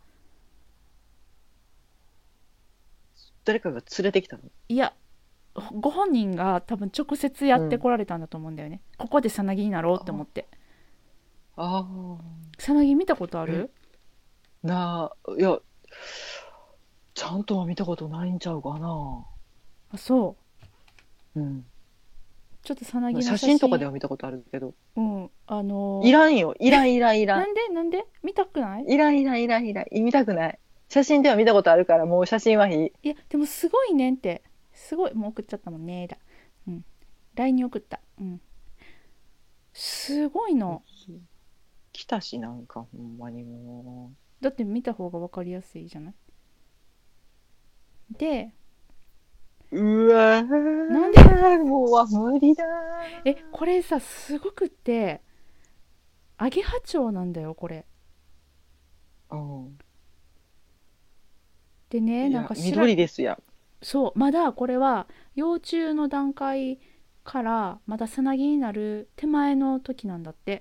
[SPEAKER 2] 誰かが連れてきたの
[SPEAKER 1] いやご本人が多分直接やってこられたんだと思うんだよね、ここでさなぎになろうと思って
[SPEAKER 2] あ
[SPEAKER 1] さなぎ見たことある
[SPEAKER 2] あ。なあ、いや、ちゃんとは見たことないんちゃうかな。
[SPEAKER 1] あそう
[SPEAKER 2] うん。
[SPEAKER 1] ちょっとさなぎの
[SPEAKER 2] 写真とかでは見たことあるけど。
[SPEAKER 1] うんあのー
[SPEAKER 2] いらんよ。いらんいらんいら。
[SPEAKER 1] なんんでなんで見たくない
[SPEAKER 2] いらんいらんいらんいらん。見たくない。写真では見たことあるから、もう写真はいい。
[SPEAKER 1] いやでもすごいねんってすごいもう送っちゃったもんねだうん LINE に送ったうんすごいの
[SPEAKER 2] 来たし、なんか、ほんまにもう。
[SPEAKER 1] だって見た方が分かりやすいじゃないで
[SPEAKER 2] うわ
[SPEAKER 1] な
[SPEAKER 2] なんでもうわ無理だ
[SPEAKER 1] えこれさすごくってアゲハチョウなんだよこれ
[SPEAKER 2] うん
[SPEAKER 1] でね
[SPEAKER 2] いや
[SPEAKER 1] なんから
[SPEAKER 2] 緑ですや
[SPEAKER 1] そうまだこれは幼虫の段階からまださなぎになる手前の時なんだって
[SPEAKER 2] は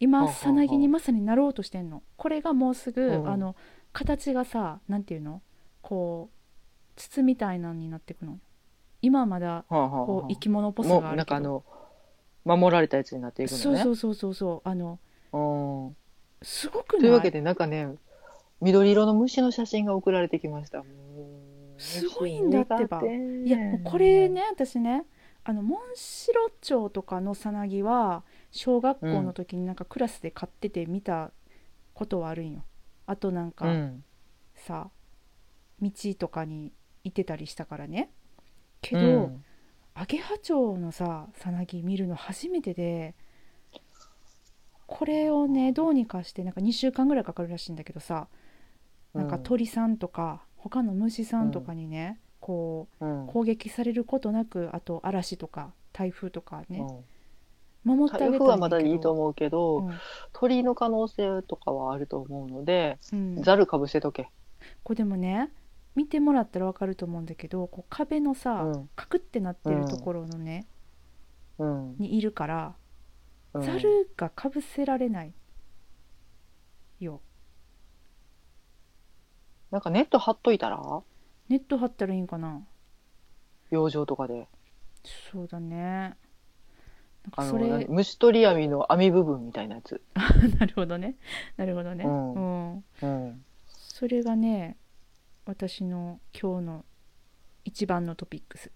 [SPEAKER 1] 今
[SPEAKER 2] あはあ
[SPEAKER 1] さなぎにまさになろうとしてんのこれがもうすぐ、
[SPEAKER 2] うん
[SPEAKER 1] あの形がさなんていうのこう筒みたいなのになってくの今まだ
[SPEAKER 2] はあはあは
[SPEAKER 1] こ
[SPEAKER 2] あ
[SPEAKER 1] う生き物っぽさ
[SPEAKER 2] も
[SPEAKER 1] があ
[SPEAKER 2] う
[SPEAKER 1] る
[SPEAKER 2] なん
[SPEAKER 1] け
[SPEAKER 2] かあ
[SPEAKER 1] ど
[SPEAKER 2] の守られたやつになっていくのね
[SPEAKER 1] そうそうそうそうそうあの
[SPEAKER 2] うん
[SPEAKER 1] すごくない
[SPEAKER 2] というわけでなんかね緑色の虫の写真が送られてきましたもう
[SPEAKER 1] すごいんだってば
[SPEAKER 2] 苦手
[SPEAKER 1] いやもうこれね私ねあのモンシロチョウとかのさなぎは小学校の時になんかクラスで買ってて見たことはあるんよ、あとなん
[SPEAKER 2] う
[SPEAKER 1] か
[SPEAKER 2] ん
[SPEAKER 1] さ、道とかにいてたりしたからねけ
[SPEAKER 2] う
[SPEAKER 1] ど、
[SPEAKER 2] ん
[SPEAKER 1] アゲハチョウのささなぎ見るの初めてでこれをねどうにかしてなんか2週間ぐらいかかるらしいんだけどさなんか鳥さんとか他の虫さんとかにね、こう
[SPEAKER 2] うん
[SPEAKER 1] 攻撃されることなくあと嵐とか台風とかね、
[SPEAKER 2] うん
[SPEAKER 1] 守ってあ
[SPEAKER 2] 台
[SPEAKER 1] げた
[SPEAKER 2] 風
[SPEAKER 1] ら
[SPEAKER 2] はまだいいと思うけど、
[SPEAKER 1] うん
[SPEAKER 2] 鳥の可能性とかはあると思うので
[SPEAKER 1] うん
[SPEAKER 2] ザルかぶせとけ、
[SPEAKER 1] これでもね見てもらったらわかると思うんだけどこう壁の
[SPEAKER 2] う
[SPEAKER 1] さ、
[SPEAKER 2] ん
[SPEAKER 1] カクってなってるところのね、
[SPEAKER 2] うん
[SPEAKER 1] にいるから
[SPEAKER 2] うん
[SPEAKER 1] ザルがかぶせられないよ
[SPEAKER 2] なんかネット張っといたら
[SPEAKER 1] ネット張ったらいいんかな
[SPEAKER 2] 養生とかで
[SPEAKER 1] そうだねなんか
[SPEAKER 2] あ
[SPEAKER 1] そ
[SPEAKER 2] の何
[SPEAKER 1] れ
[SPEAKER 2] 虫取り網の網部分みたいなやつ、
[SPEAKER 1] (laughs) なるほどねなるほどね
[SPEAKER 2] うん
[SPEAKER 1] うん、
[SPEAKER 2] うん、
[SPEAKER 1] それがね私の今日の一番のトピックス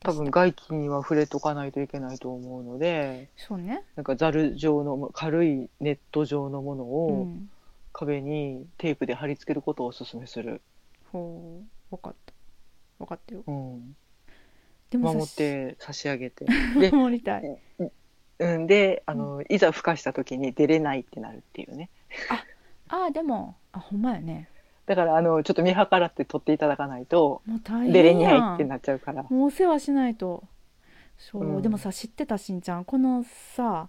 [SPEAKER 2] 多分外気には触れとかないといけないと思うので
[SPEAKER 1] そうね、
[SPEAKER 2] なんかザル状の軽いネット状のもの
[SPEAKER 1] う
[SPEAKER 2] を
[SPEAKER 1] ん、
[SPEAKER 2] 壁にテープで貼り付けることをおすすめする、
[SPEAKER 1] ほう分かった分かったよ
[SPEAKER 2] うん、
[SPEAKER 1] でも
[SPEAKER 2] 守っ
[SPEAKER 1] さ
[SPEAKER 2] て差し上げてで、
[SPEAKER 1] 守りたい
[SPEAKER 2] (laughs) うん、であのいざ孵化した時に出れないってなるっていうね
[SPEAKER 1] ああでもあほんまやね
[SPEAKER 2] だからあのちょっと見計らって取っていただかないと
[SPEAKER 1] もう大
[SPEAKER 2] 出れ
[SPEAKER 1] 変や
[SPEAKER 2] ないっ
[SPEAKER 1] ん
[SPEAKER 2] てなっちゃうから
[SPEAKER 1] もうお世話しないとそう、
[SPEAKER 2] うん
[SPEAKER 1] でもさ知ってたしんちゃんこのさ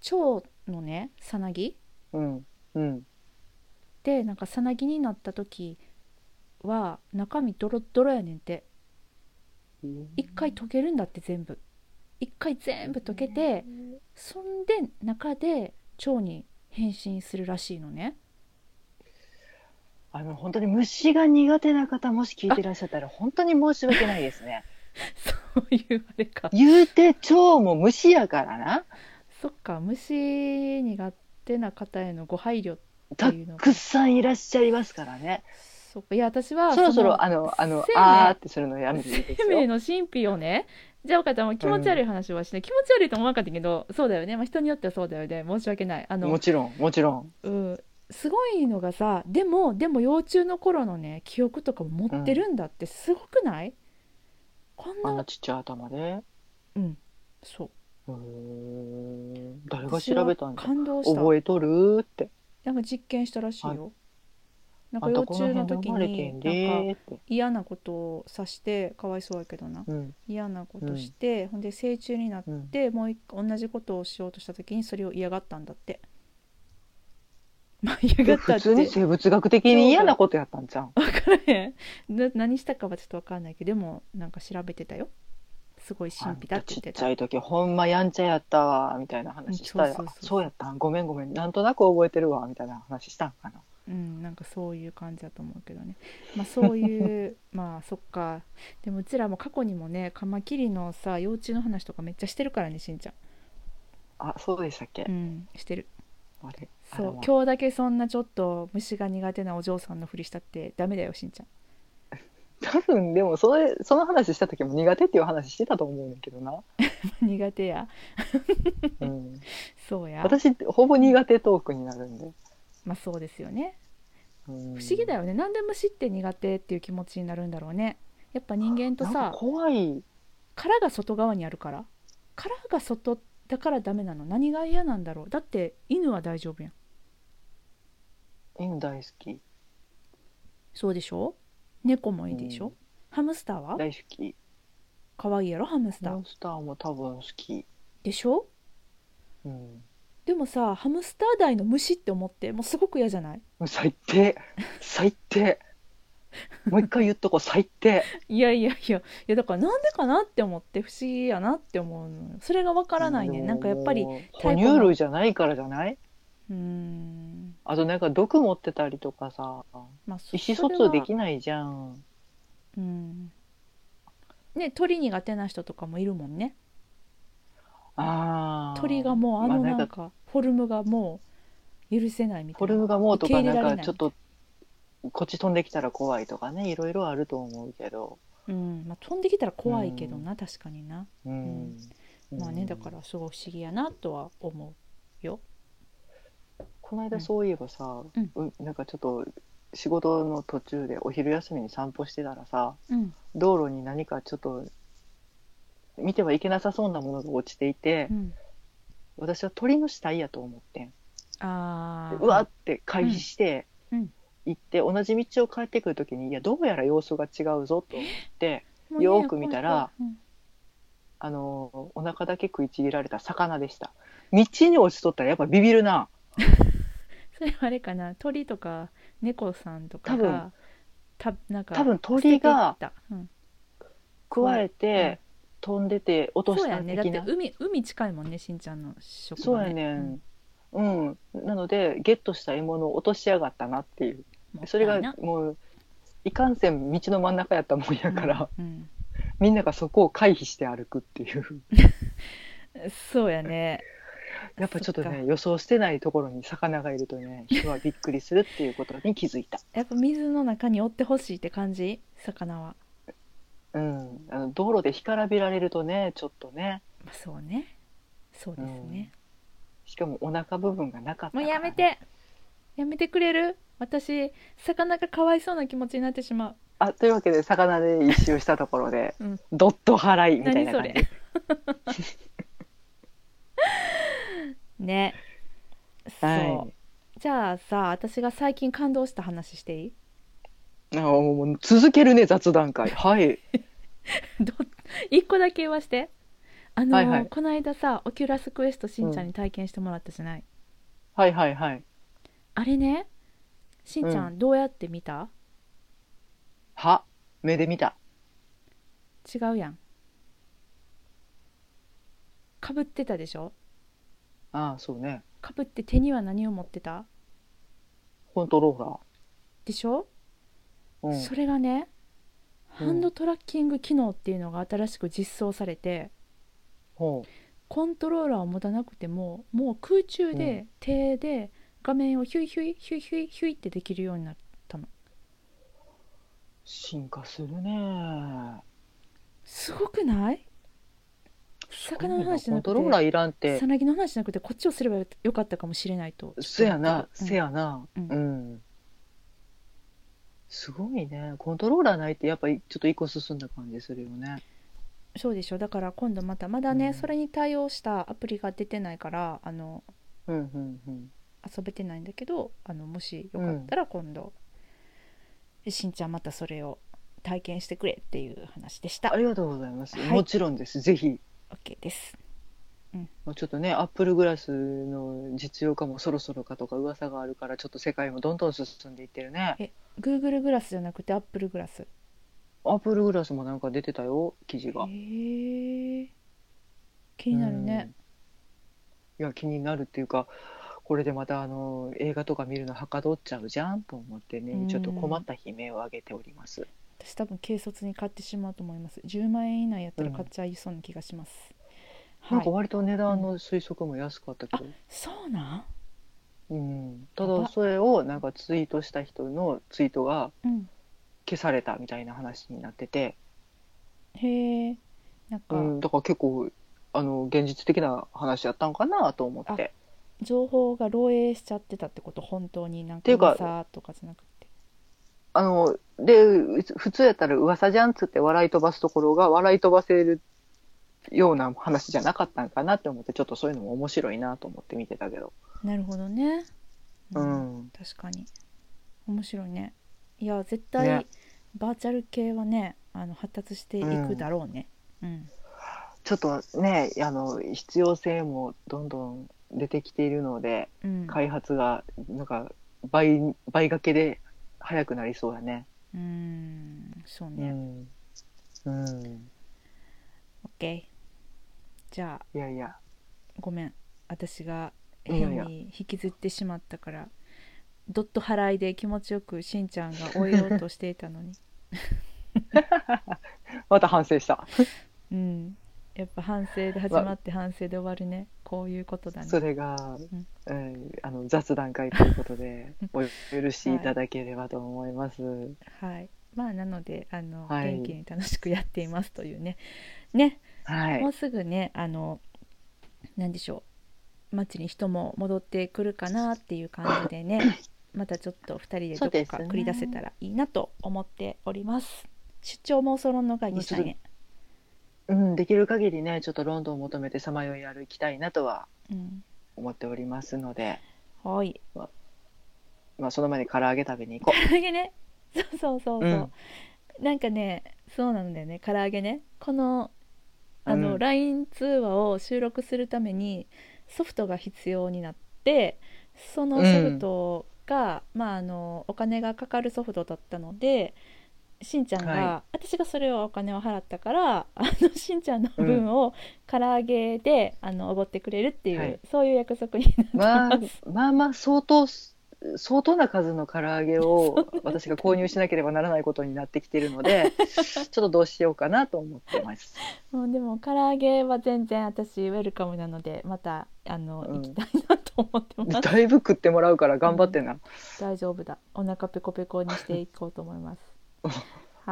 [SPEAKER 1] 蝶のねさなぎ
[SPEAKER 2] うんうん
[SPEAKER 1] でなんかさなぎになった時は中身ドロッドロやねんって一回溶けるんだって全部一回全部溶けてそんで中で蝶に変身するらしいのね
[SPEAKER 2] あの本当に虫が苦手な方もし聞いてらっしゃったら本当に申し訳ないですね
[SPEAKER 1] そういうあれか
[SPEAKER 2] 言うて蝶も虫やからな
[SPEAKER 1] そっか虫苦手な方へのご配慮
[SPEAKER 2] たっくさんいらっしゃいますからね
[SPEAKER 1] そっかいや私は
[SPEAKER 2] そろそ
[SPEAKER 1] の
[SPEAKER 2] ろあのあの
[SPEAKER 1] 生命
[SPEAKER 2] あーってするのやめていいです
[SPEAKER 1] 生命
[SPEAKER 2] よ
[SPEAKER 1] の神秘をねじゃあ岡ちゃんも気持ち悪い話はしない、気持ち悪いと思わなかったけどそうだよね、まあ、人によってはそうだよね申し訳ないあ
[SPEAKER 2] も
[SPEAKER 1] の、
[SPEAKER 2] ちろんもちろん
[SPEAKER 1] うん、すごいのがさでもでも幼虫の頃のね記憶とかも持ってるんだってすごくない、こん
[SPEAKER 2] あ
[SPEAKER 1] なん
[SPEAKER 2] なちっちゃい頭で
[SPEAKER 1] うんそう
[SPEAKER 2] うーん誰が調べたん
[SPEAKER 1] 私
[SPEAKER 2] だ
[SPEAKER 1] は感動した
[SPEAKER 2] 覚えとるって
[SPEAKER 1] なんか実験したらしいよ、なん
[SPEAKER 2] あ
[SPEAKER 1] か
[SPEAKER 2] ん
[SPEAKER 1] 幼
[SPEAKER 2] たこ
[SPEAKER 1] 虫
[SPEAKER 2] の
[SPEAKER 1] の
[SPEAKER 2] 辺
[SPEAKER 1] 時
[SPEAKER 2] 生まれて
[SPEAKER 1] に
[SPEAKER 2] ん
[SPEAKER 1] なんか
[SPEAKER 2] でーって
[SPEAKER 1] 嫌なことをさしてかわいそうやけどな
[SPEAKER 2] うん
[SPEAKER 1] 嫌なことして、ほんで成虫になっ
[SPEAKER 2] うん
[SPEAKER 1] でもう一個同じことをしようとした時にそれを嫌がったんだってまあ嫌がった
[SPEAKER 2] 普
[SPEAKER 1] って
[SPEAKER 2] 通に生物学的に嫌なことやったんじゃん
[SPEAKER 1] 分からへんな何したかはちょっと分かんないけどでもなんか調べてたよすごい
[SPEAKER 2] あ
[SPEAKER 1] 神
[SPEAKER 2] ん
[SPEAKER 1] 秘だ
[SPEAKER 2] た
[SPEAKER 1] って言
[SPEAKER 2] ち
[SPEAKER 1] って
[SPEAKER 2] ったちゃい時ほんまやんちゃやったわみたいな話した
[SPEAKER 1] うん
[SPEAKER 2] ら
[SPEAKER 1] そうそう
[SPEAKER 2] あ
[SPEAKER 1] そう
[SPEAKER 2] そうやったんごめんごめんなんとなく覚えてるわみたいな話したんかな
[SPEAKER 1] うんなんかそういう感じだと思うけどねまあそういうまあそっかでもうちらも過去にもねカマキリのさ幼虫の話とかめっちゃしてるからねしんちゃん
[SPEAKER 2] あそうでしたっけ、
[SPEAKER 1] うんしてる
[SPEAKER 2] あれあ
[SPEAKER 1] そう
[SPEAKER 2] れも
[SPEAKER 1] 今日だけそんなちょっと虫が苦手なお嬢さんのふりしたってダメだよしんちゃん
[SPEAKER 2] 多分でもそれその話した時も苦手っていう話してたと思うんだけどな、
[SPEAKER 1] (laughs) 苦手や
[SPEAKER 2] うん、
[SPEAKER 1] そうや
[SPEAKER 2] 私ほぼ苦手トークになるんで、
[SPEAKER 1] まあそうですよね
[SPEAKER 2] 不
[SPEAKER 1] 不思議だ
[SPEAKER 2] よ
[SPEAKER 1] よね、なんで虫って苦手っていう気持ちになるんだろうねやっぱ人間とさ
[SPEAKER 2] 怖い
[SPEAKER 1] 殻が外側にあるから殻が外だからダメなの何が嫌なんだろうだって犬は大丈夫やん
[SPEAKER 2] 犬大好き
[SPEAKER 1] そうでしょ猫もいいでしょ、
[SPEAKER 2] うん
[SPEAKER 1] ハムスターは
[SPEAKER 2] 大好き
[SPEAKER 1] 可愛いやろハムスター、
[SPEAKER 2] モンスターも多分好き、
[SPEAKER 1] でしょ
[SPEAKER 2] うん、
[SPEAKER 1] でもさハムスター代の虫って思ってもうすごく嫌じゃない
[SPEAKER 2] もう最低最
[SPEAKER 1] (laughs)
[SPEAKER 2] 低もう一回言っとこう最低
[SPEAKER 1] いやいやいやいやだからなんでかなって思って不思議やなって思うのよそれがわからないね
[SPEAKER 2] でも
[SPEAKER 1] なんかやっぱり
[SPEAKER 2] もう
[SPEAKER 1] 太
[SPEAKER 2] 哺
[SPEAKER 1] 鼓の
[SPEAKER 2] 乳類じゃないからじゃないう
[SPEAKER 1] ーん
[SPEAKER 2] あとなんか毒持ってたりとかさ
[SPEAKER 1] まあそ
[SPEAKER 2] 意思
[SPEAKER 1] そ
[SPEAKER 2] 疎
[SPEAKER 1] れ
[SPEAKER 2] 通
[SPEAKER 1] は
[SPEAKER 2] できないじゃん
[SPEAKER 1] うんね鳥苦手な人とかもいるもんね
[SPEAKER 2] あー
[SPEAKER 1] 鳥がもうあの
[SPEAKER 2] ま
[SPEAKER 1] な
[SPEAKER 2] あ、なんんか
[SPEAKER 1] かフォルムがもう許せないみた
[SPEAKER 2] フォ
[SPEAKER 1] いな
[SPEAKER 2] ルムがもうと
[SPEAKER 1] 受
[SPEAKER 2] か
[SPEAKER 1] け入
[SPEAKER 2] な
[SPEAKER 1] れられない
[SPEAKER 2] んかちょっとこっち飛んできたら怖いとかねいろいろあると思うけど
[SPEAKER 1] うんまあ、飛んできたら怖いけどな、確かにな
[SPEAKER 2] うん、
[SPEAKER 1] まあ
[SPEAKER 2] う
[SPEAKER 1] ね
[SPEAKER 2] ん
[SPEAKER 1] だからすごい不思議やなとは思
[SPEAKER 2] この間そういえばさ、
[SPEAKER 1] うん
[SPEAKER 2] うなんかちょっと仕事の途中でお昼休みに散歩してたらさ
[SPEAKER 1] ううん
[SPEAKER 2] 道路に何かちょっと見てはいけなさそうなものが落ちていて、
[SPEAKER 1] うん
[SPEAKER 2] 私は鳥の死体やと思ってん
[SPEAKER 1] あ
[SPEAKER 2] で
[SPEAKER 1] ー
[SPEAKER 2] うわって回避して
[SPEAKER 1] うんう
[SPEAKER 2] 行
[SPEAKER 1] ん
[SPEAKER 2] って同じ道を帰ってくる時にいやどうやら様子が違うぞと思って
[SPEAKER 1] もうね
[SPEAKER 2] よーく見たら
[SPEAKER 1] 怖い
[SPEAKER 2] あのお腹だけ食いちぎられた魚でした道に落ちとったらやっぱビビるな
[SPEAKER 1] 怖いうんそれはあれかな鳥とか猫さんとか
[SPEAKER 2] 多分
[SPEAKER 1] がたなんか
[SPEAKER 2] 多分鳥が
[SPEAKER 1] 捨てていったうん
[SPEAKER 2] 食わ
[SPEAKER 1] うんう
[SPEAKER 2] れ
[SPEAKER 1] ん
[SPEAKER 2] て飛んでて落と
[SPEAKER 1] そ
[SPEAKER 2] し
[SPEAKER 1] うや
[SPEAKER 2] た
[SPEAKER 1] ねだって
[SPEAKER 2] 的な
[SPEAKER 1] 海海近いもんねしんちゃんの職
[SPEAKER 2] そう
[SPEAKER 1] 場ね
[SPEAKER 2] やねんうんなのでゲットした獲物を落としやがったなっていう
[SPEAKER 1] うん
[SPEAKER 2] それ
[SPEAKER 1] もったいな
[SPEAKER 2] がもういかんせん道の真ん中やったもんやから
[SPEAKER 1] うんうん
[SPEAKER 2] みんながそこを回避して歩くっていう
[SPEAKER 1] そうやね。
[SPEAKER 2] やっぱちょっと
[SPEAKER 1] そっか
[SPEAKER 2] ね予想してないところに魚がいるとね人はびっくりするっていうことに気づいた、
[SPEAKER 1] やっぱ水の中に追ってほしいって感じ魚は。
[SPEAKER 2] うん、あの道路で干からびられるとねちょっとね
[SPEAKER 1] まあ、そうね。そうですね。
[SPEAKER 2] しかもお腹部分がなかった
[SPEAKER 1] もう
[SPEAKER 2] から
[SPEAKER 1] やめて。やめてくれる私魚がかわいそうな気持ちになってしまう
[SPEAKER 2] あというわけで魚で一周したところで、
[SPEAKER 1] うん
[SPEAKER 2] ドット払いみたい
[SPEAKER 1] 何
[SPEAKER 2] な
[SPEAKER 1] そ
[SPEAKER 2] 感じ
[SPEAKER 1] れね
[SPEAKER 2] は
[SPEAKER 1] そうじゃあさ私が最近感動した話していい
[SPEAKER 2] いあもう続けるね雑談会はい
[SPEAKER 1] ど一個だけ言わしてあの、
[SPEAKER 2] はいはい
[SPEAKER 1] この間さオキュラスクエストしんちゃんに体験してもらったじゃない、
[SPEAKER 2] はいはいはい
[SPEAKER 1] あれねしんちゃん、どうやって見た
[SPEAKER 2] は目で見た
[SPEAKER 1] 違うやんかぶってたでしょ
[SPEAKER 2] ああそうね
[SPEAKER 1] かぶって手には何を持ってた
[SPEAKER 2] コントロ
[SPEAKER 1] でしょ、
[SPEAKER 2] ーラー、うん、
[SPEAKER 1] それがね
[SPEAKER 2] うん
[SPEAKER 1] ハンドトラッキング機能っていうのが新しく実装されて、
[SPEAKER 2] ほ
[SPEAKER 1] コントローラーを持たなくてももう空中で手で画面をヒュイヒュイヒュイヒュイヒュイってできるようになる
[SPEAKER 2] う進化するね
[SPEAKER 1] すごくない魚の話じゃ
[SPEAKER 2] コ
[SPEAKER 1] な
[SPEAKER 2] ン
[SPEAKER 1] く
[SPEAKER 2] トローラ
[SPEAKER 1] て
[SPEAKER 2] ーいらんって
[SPEAKER 1] さなぎの話じゃなくてこっちをすればよかったかもしれないと
[SPEAKER 2] せやな、
[SPEAKER 1] うん
[SPEAKER 2] せやな、
[SPEAKER 1] う
[SPEAKER 2] うんん。すごいね。コントローラーないってやっぱりちょっと一個進んだ感じするよね。
[SPEAKER 1] そうでしょだから今度またまだね、
[SPEAKER 2] うん
[SPEAKER 1] それに対応したアプリが出てないからあの
[SPEAKER 2] うんうんうん。
[SPEAKER 1] 遊べてないんだけどあのもしよかったら今度、しんちゃんまたそれを体験してくれっていう話でした
[SPEAKER 2] ありがとうございます。
[SPEAKER 1] はい
[SPEAKER 2] もちろんです。ぜひ。
[SPEAKER 1] OK です
[SPEAKER 2] もうちょっとね、アップルグラスの実用化もそろそろかとか噂があるから、ちょっと世界もどんどん進んでいってるね。
[SPEAKER 1] Google グラスじゃなくて Apple グラスへ
[SPEAKER 2] アップルグラスもなんか出てたよ、記事が。
[SPEAKER 1] え気になるね、
[SPEAKER 2] うん。いや、気になるっていうか、これでまたあの映画とか見るのはかどっちゃうじゃんと思ってね、ちょっと困った悲鳴を上げております。
[SPEAKER 1] 私多分軽率に買ってしまうと思います10万円以内やったら買っちゃいそうな気がします、
[SPEAKER 2] なん
[SPEAKER 1] は
[SPEAKER 2] か
[SPEAKER 1] い
[SPEAKER 2] 割と値段の推測も安かったけど、
[SPEAKER 1] そうなん
[SPEAKER 2] うん、た
[SPEAKER 1] やば
[SPEAKER 2] だそれをなんかツイートした人のツイートが
[SPEAKER 1] うん
[SPEAKER 2] 消されたみたいな話になってて、
[SPEAKER 1] へえなんか、
[SPEAKER 2] うん、だから結構あの現実的な話やったんかなと思って
[SPEAKER 1] 情報が漏洩しちゃってたってこと本当になん
[SPEAKER 2] て
[SPEAKER 1] か
[SPEAKER 2] いうか
[SPEAKER 1] 噂とかじゃなくて
[SPEAKER 2] あのでう普通やったら噂じゃんっつって笑い飛ばすところが笑い飛ばせるような話じゃなかったんかなって思ってちょっとそういうのも面白いなと思って見てたけど、
[SPEAKER 1] なるほどね、
[SPEAKER 2] う
[SPEAKER 1] うん
[SPEAKER 2] ん
[SPEAKER 1] 確かに面白いねいや絶対、
[SPEAKER 2] ね
[SPEAKER 1] バーチャル系はねあの発達していくだろうねうん、
[SPEAKER 2] ちょっとねあの必要性もどんどん出てきているので。
[SPEAKER 1] うん
[SPEAKER 2] 開発がなんか倍倍掛けで早くなりそうやね。
[SPEAKER 1] うんそう
[SPEAKER 2] う
[SPEAKER 1] ね、
[SPEAKER 2] ん。うん。
[SPEAKER 1] OK じゃあ
[SPEAKER 2] いやいや。
[SPEAKER 1] ごめん私が
[SPEAKER 2] いやいや
[SPEAKER 1] 変に引きずってしまったからドット払いで気持ちよくしんちゃんが終えようとしていた
[SPEAKER 2] (laughs)
[SPEAKER 1] のに
[SPEAKER 2] また反省した。
[SPEAKER 1] うんやっぱ反省で始まって反省で終わるねこういうことだね
[SPEAKER 2] それが、
[SPEAKER 1] うん
[SPEAKER 2] うん、あの雑談会ということでお許しいただければと思います。
[SPEAKER 1] はいまあなのであの、
[SPEAKER 2] はい
[SPEAKER 1] 元気に楽しくやっていますというねね
[SPEAKER 2] はい
[SPEAKER 1] もう。すぐねあの何でしょう街に人も戻ってくるかなっていう感じで
[SPEAKER 2] (coughs)
[SPEAKER 1] ねまたちょっと2人でど
[SPEAKER 2] そう
[SPEAKER 1] こ
[SPEAKER 2] です
[SPEAKER 1] か
[SPEAKER 2] ね
[SPEAKER 1] 繰り出せたらいいなと思っております出張妄想論の会議したいね、
[SPEAKER 2] うん、できる限りね、ちょっとロンドンを求めてさまよい歩きたいなとは
[SPEAKER 1] うん、
[SPEAKER 2] 思っておりますので、
[SPEAKER 1] はい
[SPEAKER 2] まあその前に唐揚げ食べに行こ
[SPEAKER 1] 唐揚げねそうそうそうそう、
[SPEAKER 2] うん
[SPEAKER 1] なんかねそうなんだよね唐揚げねこのあの、
[SPEAKER 2] うん
[SPEAKER 1] LINE 通話を収録するためにソフトが必要になってそのソフトが、まあ、あのお金がかかるソフトだったのでしんちゃんが、
[SPEAKER 2] は
[SPEAKER 1] 私がそれをお金を払ったからあのしんちゃんの分を唐揚げで、あのおごってくれるっていう、
[SPEAKER 2] はい
[SPEAKER 1] そういう約束に
[SPEAKER 2] (laughs) う。
[SPEAKER 1] なっ
[SPEAKER 2] まあ
[SPEAKER 1] てます。
[SPEAKER 2] まあまあ相当相当な数の唐揚げを私が購入しなければならないことになってきているの (laughs) でちょっとどうしようかなと思って (laughs) ます。
[SPEAKER 1] もうでも唐揚げは全然私ウェルカムなのでまたあの、
[SPEAKER 2] う
[SPEAKER 1] 行
[SPEAKER 2] ん
[SPEAKER 1] きたいなと思ってます。
[SPEAKER 2] (laughs) だいぶ食ってもらうから頑張ってな。。
[SPEAKER 1] 大丈夫だお腹ペコペコにしていこうと思います
[SPEAKER 2] わ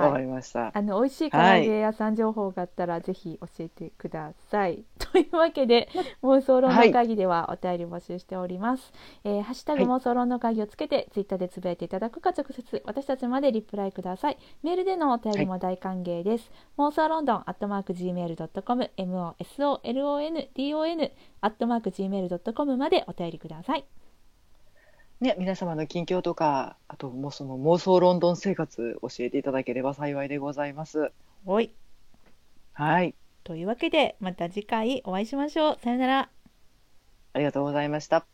[SPEAKER 1] は
[SPEAKER 2] か
[SPEAKER 1] い。
[SPEAKER 2] りました。
[SPEAKER 1] あの美味しい唐揚げ屋さん情報があったらぜひ教えてください。 (laughs) というわけで妄想論の会議ではお便り募集しております。えーハッシュタグ
[SPEAKER 2] は
[SPEAKER 1] 妄想論の会議をつけてツイッターでつぶやいていただくか直接私たちまでリプライください。メールでのお便りも大歓迎です。妄想ロンドンアットマーク gmail.com mosolondon アットマーク gmail.com までお便りください。
[SPEAKER 2] ね、皆様の近況とか、あともうその妄想ロンドン生活教えていただければ幸いでございます。
[SPEAKER 1] おい。
[SPEAKER 2] はい、
[SPEAKER 1] というわけでまた次回お会いしましょう。さよなら。
[SPEAKER 2] ありがとうございました。